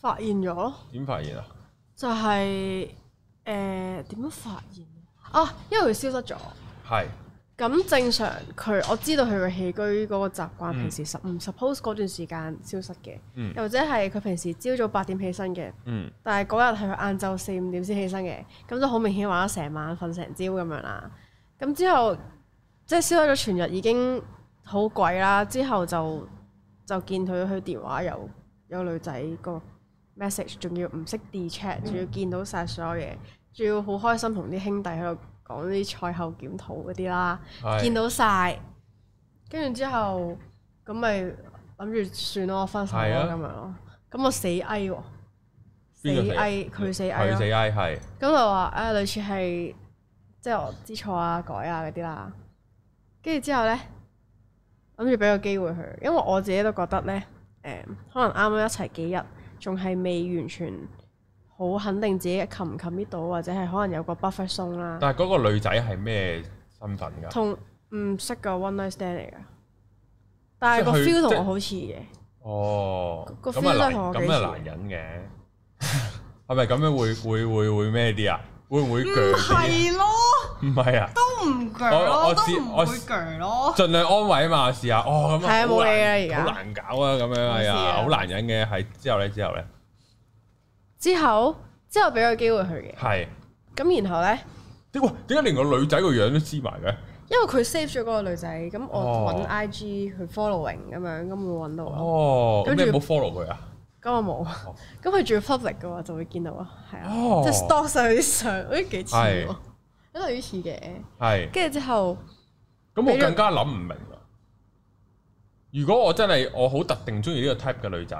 S2: 發現咗咯。
S1: 點發現啊？
S2: 就係誒點樣發現啊？因為佢消失咗。
S1: 係
S2: 咁正常佢我知道佢嘅起居嗰個習慣，
S1: 嗯
S2: 平時十唔 suppose 嗰段時間消失嘅，
S1: 嗯
S2: 又或者係佢平時朝早八點起身嘅，
S1: 嗯
S2: 但係嗰日係佢晏晝四五點先起身嘅，咁就好明顯玩咗成晚，瞓成朝咁樣啦。咁之後即係消失咗全日已經好攰啦，之後就就見佢佢電話有有女仔個 message，仲要唔識 d chat，仲
S1: 嗯
S2: 要見到晒所有嘢，仲要好開心同啲兄弟喺度講啲賽後檢討嗰啲啦。見
S1: 係
S2: 到晒，跟住之後咁咪諗住算咯，分手咯
S1: 係啊
S2: 咁樣咯。咁我死翳喎，死
S1: 邊個死啊
S2: 翳佢死翳
S1: 佢死
S2: 咯。
S1: I 係
S2: 咁就話啊，類似係即係我知錯啊、改啊嗰啲啦。跟住之後咧，諗住俾個機會佢，因為我自己都覺得咧，誒、可能啱啱一齊幾日，仲係未完全好肯定自己擒唔擒搣到，或者係可能有個 buffer 鬆啦。
S1: 但係嗰個女仔係咩身份㗎？
S2: 同唔識噶 one night stand 嚟噶，但係個
S1: 即係佢
S2: feel
S1: 即
S2: 同
S1: 係
S2: 我好似嘅，
S1: 哦，
S2: 個
S1: 咁啊
S2: feel 都係
S1: 難，
S2: 同我
S1: 咁啊難
S2: 幾
S1: 忍嘅， 係咪咁樣會會會會咩啲啊？會唔會鋸啲啊？
S3: 係咯，
S1: 唔係啊，
S3: 都唔鋸
S1: 我我
S3: 咯，都
S1: 知
S3: 唔
S1: 我
S3: 會鋸咯。
S1: 盡量安慰嘛，試下哦咁
S2: 係啊
S1: 好
S2: 冇
S1: 難
S2: 嘢啊而家
S1: 好難搞啊，咁樣
S2: 冇
S1: 係
S2: 事
S1: 啊，
S2: 啊
S1: 好難忍嘅，係之後咧之後咧
S2: 之後之後俾個機會佢嘅，
S1: 係。
S2: 咁然後咧，
S1: 點喂？點解連個女仔個樣都知埋嘅？
S2: 因為佢 save 咗嗰個女仔，咁我
S1: 哦
S2: 揾 IG 去 following 咁樣，咁會揾到咯。
S1: 哦，咁
S2: 跟
S1: 你
S2: 住
S1: 有冇 follow 佢啊？
S2: 咁我冇，咁佢仲要 public 嘅話就會見到啊，係啊，
S1: 哦
S2: 即係 stock 晒佢啲相，好似幾似
S1: 係
S2: 喎，有類似嘅。
S1: 係，
S2: 跟住之後，
S1: 咁我更加諗唔明啦。如果我真係我好特定中意呢個 type 嘅女仔，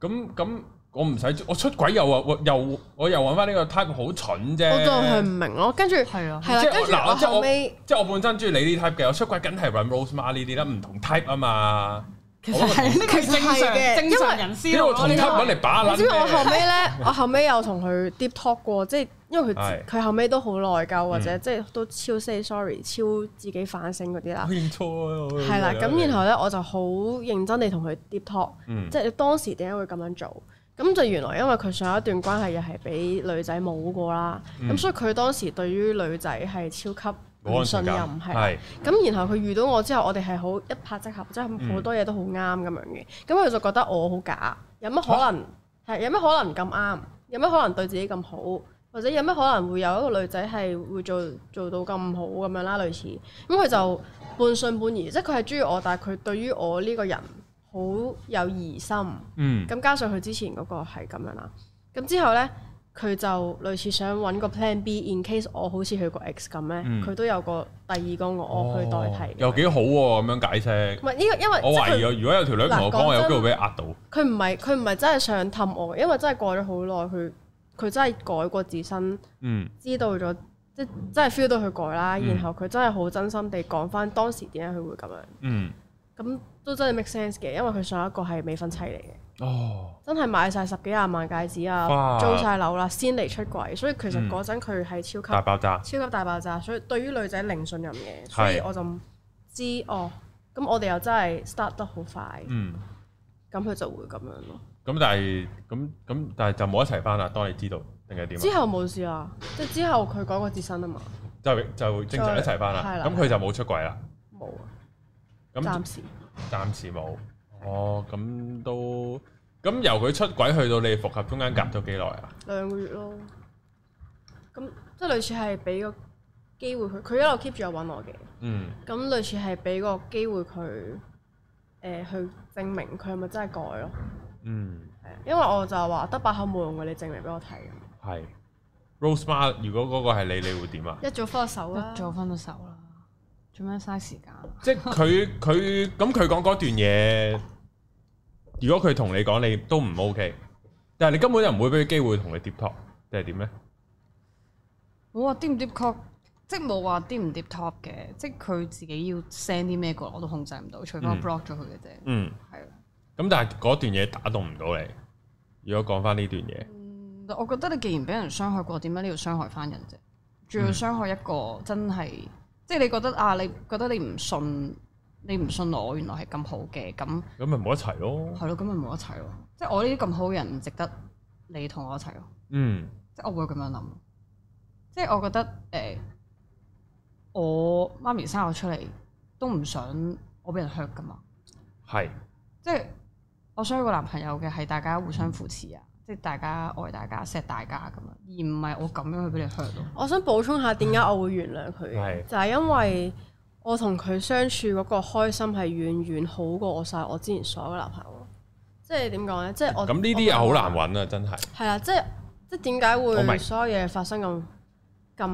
S1: 咁咁我唔使我出軌又話我又我又揾翻呢個 type 好蠢啫。
S2: 我當佢唔明咯，跟住係
S3: 係啊
S2: 係啦，
S1: 即係
S2: 跟
S1: 我
S2: 住
S1: 嗱
S2: 我
S1: 即係
S2: 後尾
S1: 即係我本身中意你呢 type 嘅，我出軌梗係揾 Rose Ma 呢啲啦，唔同 type 啊嘛。
S3: 其實係呢個係正
S2: 其實係嘅
S3: 常正常人思
S1: 因為
S3: 路
S1: 我
S3: 咯
S1: 同
S3: 呢
S1: type
S3: 個
S1: 揾嚟把
S2: 你
S1: 撚
S2: 知唔知 我後
S1: 咩啊
S2: 尾咧？ 我後尾有同佢 deep talk 過，即係因為佢
S1: 係
S2: 佢後尾都好內疚，或者
S1: 嗯
S2: 即係都超 say sorry、超自己反省嗰啲啦
S1: 我。認錯啊我
S2: 係啦，咁然後咧我就好認真地同佢 deep talk，
S1: 嗯
S2: 即係你當時點解會咁樣做？咁就原來因為佢上一段關係又係俾女仔冇過啦，咁所以佢當時對於女仔係超級
S1: 嗯冇
S2: 唔
S1: 安
S2: 信
S1: 全
S2: 任，
S1: 感
S2: 係啦
S1: 係。
S2: 咁然後佢遇到我之後，我哋係好一拍即合，即係好多嘢都好啱咁樣嘅。咁佢就覺得我好假，有乜可能係有乜可能咁啱？有乜可能對自己咁好？或者有咩可能會有一個女仔係會做做到咁好咁樣啦，類似咁佢就半信半疑，即係佢係中意我，但係佢對於我呢個人好有疑心。
S1: 嗯
S2: 咁加上佢之前嗰個係咁樣啦，咁之後呢，佢就類似想揾個 Plan B，in case 我好似佢個 ex 咁呢，
S1: 嗯
S2: 佢、都有個第二個我去代替。
S1: 哦又幾好喎，咁樣解釋。
S2: 唔係呢個，因為
S1: 我
S2: 即係
S1: 懷
S2: 佢
S1: 疑啊，如果有條女同我
S2: 嗱
S1: 講，我有
S2: 講真
S1: 機會俾佢呃到。
S2: 佢唔係佢唔係真係想氹我，因為真係過咗好耐，佢佢真係改過自身，
S1: 嗯
S2: 知道咗即真係 feel 到佢改啦，
S1: 嗯
S2: 然後佢真係好真心地講翻當時點解佢會咁樣，
S1: 嗯，
S2: 咁都真係 make sense 嘅，因為佢上一個係未婚妻嚟嘅，
S1: 哦，
S2: 真係買晒十幾廿萬戒指
S1: 哇
S2: 啊，租晒樓啦，先嚟出軌，所以其實
S1: 嗯
S2: 嗰陣佢係超級、
S1: 大爆炸。
S2: 超級大爆炸，所以對於女仔零信任嘅，所以
S1: 係
S2: 我就唔知哦，咁我哋又真係 start 得好快，
S1: 嗯，
S2: 咁佢就會咁樣咯。
S1: 咁但係咁咁，但係就冇一齊翻啦。當你知道定係點啊
S2: 之？後冇事啦，即係之後佢改過自身啊嘛，
S1: 就就正常一齊翻啦。
S2: 係啦
S1: 咁佢就冇出軌啦。
S2: 冇啊，
S1: 咁
S2: 暫時
S1: 暫時冇。哦，咁都咁由佢出軌去到你復合中間隔咗幾耐啊？
S2: 兩個月咯。咁即係類似係俾個機會佢，佢一路 keep 住有揾我嘅。
S1: 嗯
S2: 咁類似係俾個機會佢，誒、去證明佢係咪真係改咯。
S1: 嗯，
S2: 係啊，因為我就話得把口冇用嘅，你證明俾我睇。
S1: 係。Rosemar，如果嗰個係你，你會點啊？
S2: 一早分手啦
S3: 一，早分咗手啦，做咩嘥時間啊？
S1: 即係佢佢咁佢講嗰段嘢，如果佢同你講你都唔 OK，但係你根本就唔會俾佢機會同你跌托，定係點咧？
S3: 冇話掂唔掂 top，即係冇話掂唔掂 top 嘅，即係佢自己要 send 啲咩過嚟，我都控制唔到，除非我
S1: 嗯
S3: block 咗佢嘅啫。
S1: 嗯，
S3: 係啊，
S1: 咁但係嗰段嘢打動唔到你。如果講翻呢段嘢，
S3: 嗯我覺得你既然俾人傷害過，點解你要傷害翻人啫？仲要傷害一個真係，即係你覺得啊，你覺得你唔信，你唔信我，原來係咁好嘅，咁
S1: 咁咪冇一齊咯。
S3: 係咯，咁咪冇一齊咯。即係我呢啲咁好嘅人，唔值得你同我一齊咯。
S1: 嗯
S3: 即係我會咁樣諗，即係我覺得誒、呃我媽咪生我出嚟都唔想我俾人 hurt 噶嘛，
S1: 係，
S3: 即係我想要個男朋友嘅係大家互相扶持啊，即係大家愛大家錫大家咁樣，而唔係我咁樣去俾你 hurt 咯。
S2: 我想補充下點解我會原諒佢
S1: 係
S2: 嘅，就係因為我同佢相處嗰個開心係遠遠好過我晒我之前所有男朋友。即係點講咧？即係我
S1: 咁呢啲又好難。Oh 揾啊，真係
S2: 係啦，即係即係點解
S1: 我明
S2: 會所有嘢發生咁咁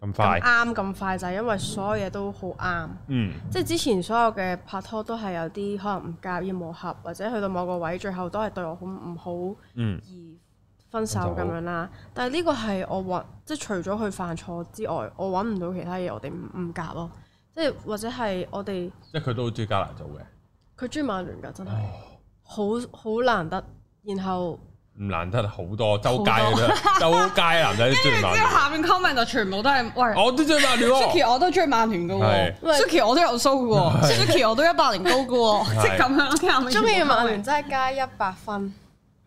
S1: 咁
S2: 咁
S1: 快。
S2: 啱咁快？就係因為所有嘢都好啱。
S1: 嗯
S2: 即係之前所有嘅拍拖都係有啲可能唔夾意磨合，或者去到某個位，最後都係對我好唔好
S1: 嗯
S2: 而分手咁樣啦。但係呢個係我揾，即係除咗佢犯錯之外，我揾唔到其他嘢，我哋唔唔夾咯。即係或者係我哋
S1: 即係佢都好中意加拿做嘅，
S2: 佢中意曼聯㗎，真係好好難得。然後
S1: 唔難得好多周街都，周街男仔都中意曼 聯，
S3: 面 comment 就全部都係喂
S1: 我都中意曼聯喎。
S3: 我都追曼聯嘅
S1: 哦係
S3: ，Suki 我都有須嘅喎，Suki 我都一百零高嘅
S1: 係
S3: 樣下面全部
S2: 中意曼
S3: comment
S2: 聯真係加一百分。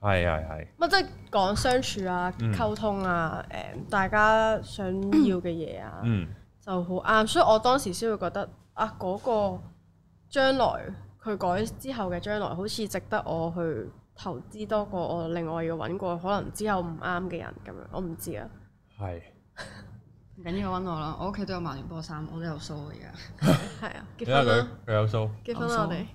S1: 係係係，
S2: 乜即係講相處啊、
S1: 嗯
S2: 溝通啊、誒、大家想要嘅嘢啊，
S1: 嗯
S2: 就好啱。所以我當時先會覺得啊，嗰、個將來佢改之後嘅將來，好似值得我去投資多過我另外要揾過可能之後唔啱嘅人咁樣。我唔知啊，
S1: 係。
S3: 唔緊要揾我啦，我屋企都有曼聯波衫，我都有須而家。
S2: 係啊，
S1: 你
S2: 結
S1: 睇
S2: 婚
S1: 佢
S2: 啦，
S1: 佢有數。
S2: 結婚啦
S3: 我
S2: 我哋。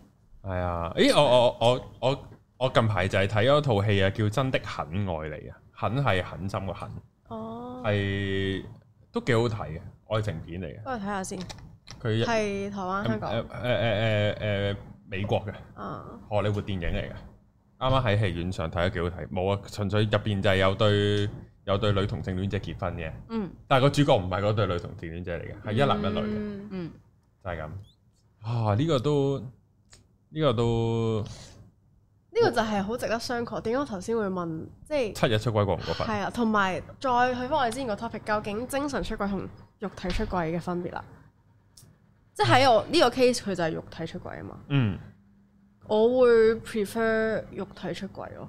S1: 係啊，咦，我我我我我近排就係睇咗套戲啊，叫《真的很愛你》啊，狠係狠心個狠，
S2: 哦，
S1: 係都幾好睇嘅愛情片嚟嘅。
S2: 不過睇下先，
S1: 佢嗯
S2: 係台灣、香港
S1: 誒誒誒誒誒美國嘅
S2: 啊，
S1: 荷里活電影嚟嘅，啱啱喺戲院上睇得幾好睇。冇啊，純粹入邊就係有對有對女同性戀者結婚嘅，
S3: 嗯
S1: 但係個主角唔係嗰對女同性戀者嚟嘅，係一男一女嘅，
S2: 嗯
S3: 嗯。
S1: 就係咁。啊，呢個都呢個都
S2: 呢、個就係好值得商榷。點解我頭先會問，即係？
S1: 七日出軌過唔過分？
S2: 係啊，同埋再去翻我哋之前個 topic，究竟精神出軌同肉體出軌嘅分別啦。即係喺我呢個 case，佢就係肉體出軌啊嘛。
S1: 嗯。
S2: 我會 prefer 肉體出軌咯，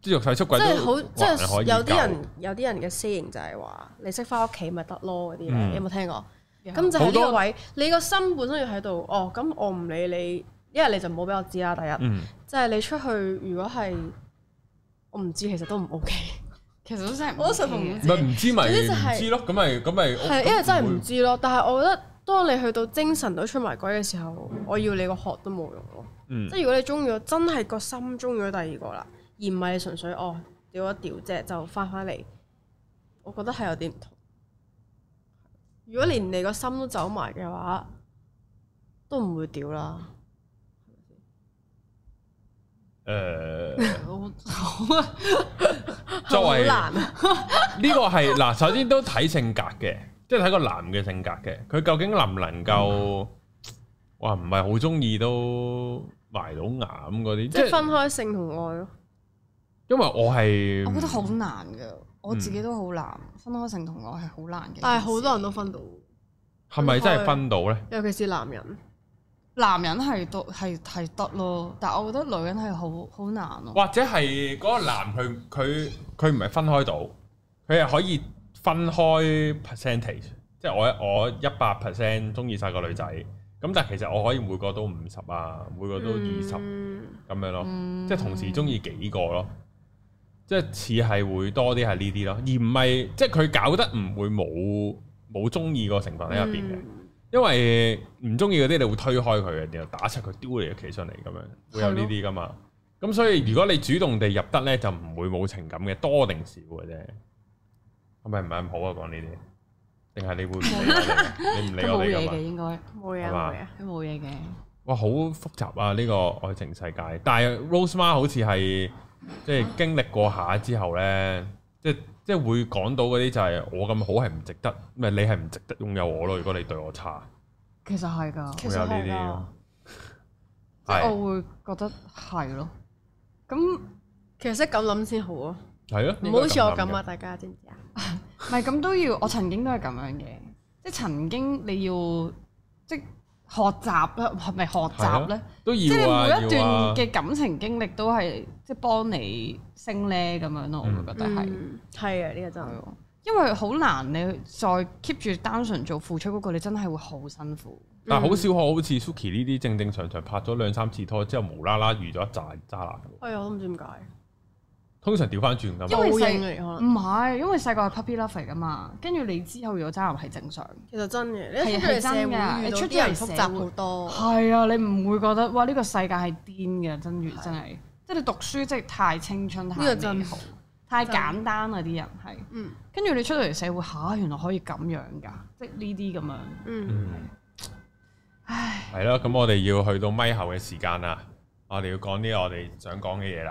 S1: 即係肉體出
S2: 即
S1: 軌
S2: 係
S1: 都
S2: 好，即係
S1: 還可以
S2: 有啲
S1: 救
S2: 人有啲人嘅私刑就係話你識翻屋企咪得咯嗰啲
S1: 嗯
S2: 咧，有冇聽過？
S3: 有
S2: 咁就係
S1: 好
S2: 呢
S1: 多
S2: 個位，你個心本身要喺度。哦，咁我唔理你，一係你就唔好俾我知啦。第一，
S1: 嗯
S2: 即係你出去如果係我唔知，其實都唔 OK。
S3: 其實都真係
S2: 我都信服唔
S3: 唔
S1: 咪唔知咪
S2: 總之就
S1: 唔
S2: 係
S1: 知咯，咁咪咁咪
S2: 係因為真係唔知咯。但係我覺得，當你去到精神都出埋鬼嘅時候，我要你個殼都冇用咯。
S1: 嗯
S2: 即係如果你中意咗，真係個心中意咗第二個啦，而唔係你純粹哦屌一屌啫就翻返嚟，我覺得係有啲唔同。如果連你個心都走埋嘅話，都唔會屌啦。
S1: 誒。嗯
S3: 好啊，
S1: 作為
S2: 好難啊
S1: 呢個係嗱，首先都睇性格嘅，即係睇個男嘅性格嘅，佢究竟能唔能夠哇唔係好中意都埋到牙咁嗰啲，
S2: 即
S1: 即
S2: 係分
S1: 係
S2: 開性同愛咯。
S1: 因為我係
S3: 我覺得好難㗎，我自己
S1: 嗯
S3: 都好難，分開性同我係好難嘅。
S2: 但係好多人都分到，
S1: 係咪真係分到咧？
S2: 尤其是男人。
S3: 男人係都係係得咯，但係我覺得女人係好好難咯。
S1: 或者係嗰個男佢佢佢唔係分開到，佢係可以分開 percentage，即係我我一百 percent 中意晒個女仔，咁但係其實我可以每個都五十啊，每個都二十、
S2: 嗯
S1: 咁樣咯，
S3: 嗯
S1: 即係同時中意幾個咯，即係似係會多啲係呢啲咯，而唔係即係佢搞得唔會冇冇中意個成分喺入邊嘅，
S2: 嗯
S1: 因為唔中意嗰啲你會推開佢嘅，然後打柒佢丟你嘅企上嚟咁樣，會有呢啲噶嘛。咁所以如果你主動地入得呢，就唔會冇情感嘅，多定少嘅啫。係咪唔係咁好啊？講呢啲，定係你會唔理我哋？ 你唔理
S3: 都
S1: 我
S3: 冇
S1: 哋
S3: 嘢
S1: 噶嘛？
S3: 嘅應該，
S2: 冇嘢
S1: 係嘛
S2: 冇嘢。
S3: 都冇嘢嘅。
S1: 哇，好複雜啊！呢、個愛情世界，但係 Rose Ma 好似係即係經歷過下之後咧，即即係會講到嗰啲就係我咁好係唔值得，咪你係唔值得擁有我咯。如果你對我差，
S3: 其實係㗎，哦
S2: 其
S1: 會
S2: 實
S1: 有呢
S2: 係
S1: 啲
S2: 㗎
S1: 咯。。
S3: 即係
S1: 係
S3: 我會覺得係咯。咁
S2: 其實識咁諗先好啊，
S1: 係咯，
S2: 唔好好似我咁啊！
S1: 啊！
S2: 大家知唔知啊？
S3: 唔係咁都要，我曾經都係咁樣嘅，即係曾經你要即係學習啦，係咪學習
S1: 係
S3: 咧
S1: 啊？都
S3: 即係
S1: 要啊，
S3: 你每一
S1: 要啊
S3: 段。嘅感情經歷都係即係幫你升呢咁樣咯，我會覺得係。
S2: 嗯係啊，呢個真
S3: 係
S2: 係。
S3: 喎因為好難，你再 keep 住單純做付出嗰、個，你真係會好辛苦。
S1: 但係好少可好似 Suki 呢啲正正常常拍咗兩三次拖之後，無啦啦遇咗一紮渣男喎。
S2: 哎呀，我都唔知點解。
S1: 通常調翻轉㗎
S3: 因
S1: 嘛，
S3: 為
S2: 報
S3: 細
S2: 應嚟可
S3: 唔
S2: 能，
S3: 係，因為細個係 puppy love 嚟噶嘛，跟住你之後有渣男係正常。
S2: 其實真嘅，
S3: 係
S2: 你出咗嚟社
S3: 係真㗎
S2: 會遇到啲人複雜
S3: 你出咗嚟社會
S2: 好多。
S3: 係啊，你唔會覺得哇呢、個世界係癲嘅，真如真係，即係你讀書即係太青春、
S2: 呢個
S3: 太
S2: 真
S3: 美好、太
S2: 真
S3: 簡單啦啲人係。
S2: 嗯
S3: 跟住你出到嚟社會嚇、原來可以咁樣㗎，即係呢啲咁樣。
S2: 嗯，
S1: 嗯。
S3: 唉，
S1: 係咯，咁我哋要去到咪後嘅時間啦，我哋要講啲我哋想講嘅嘢啦。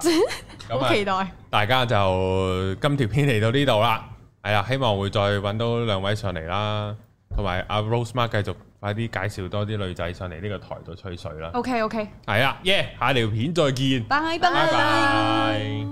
S1: 咁
S3: 好
S1: 啊，
S3: 期待。
S1: 大家就今條片嚟到呢度啦，係啊啦，希望會再揾到兩位上嚟啦，同埋阿 Rose Mark 繼續快啲介紹多啲女仔上嚟呢個台度吹水啦。啊
S3: OK OK，
S1: 係啦，耶！下條片再見，
S3: 拜拜。
S1: 拜拜。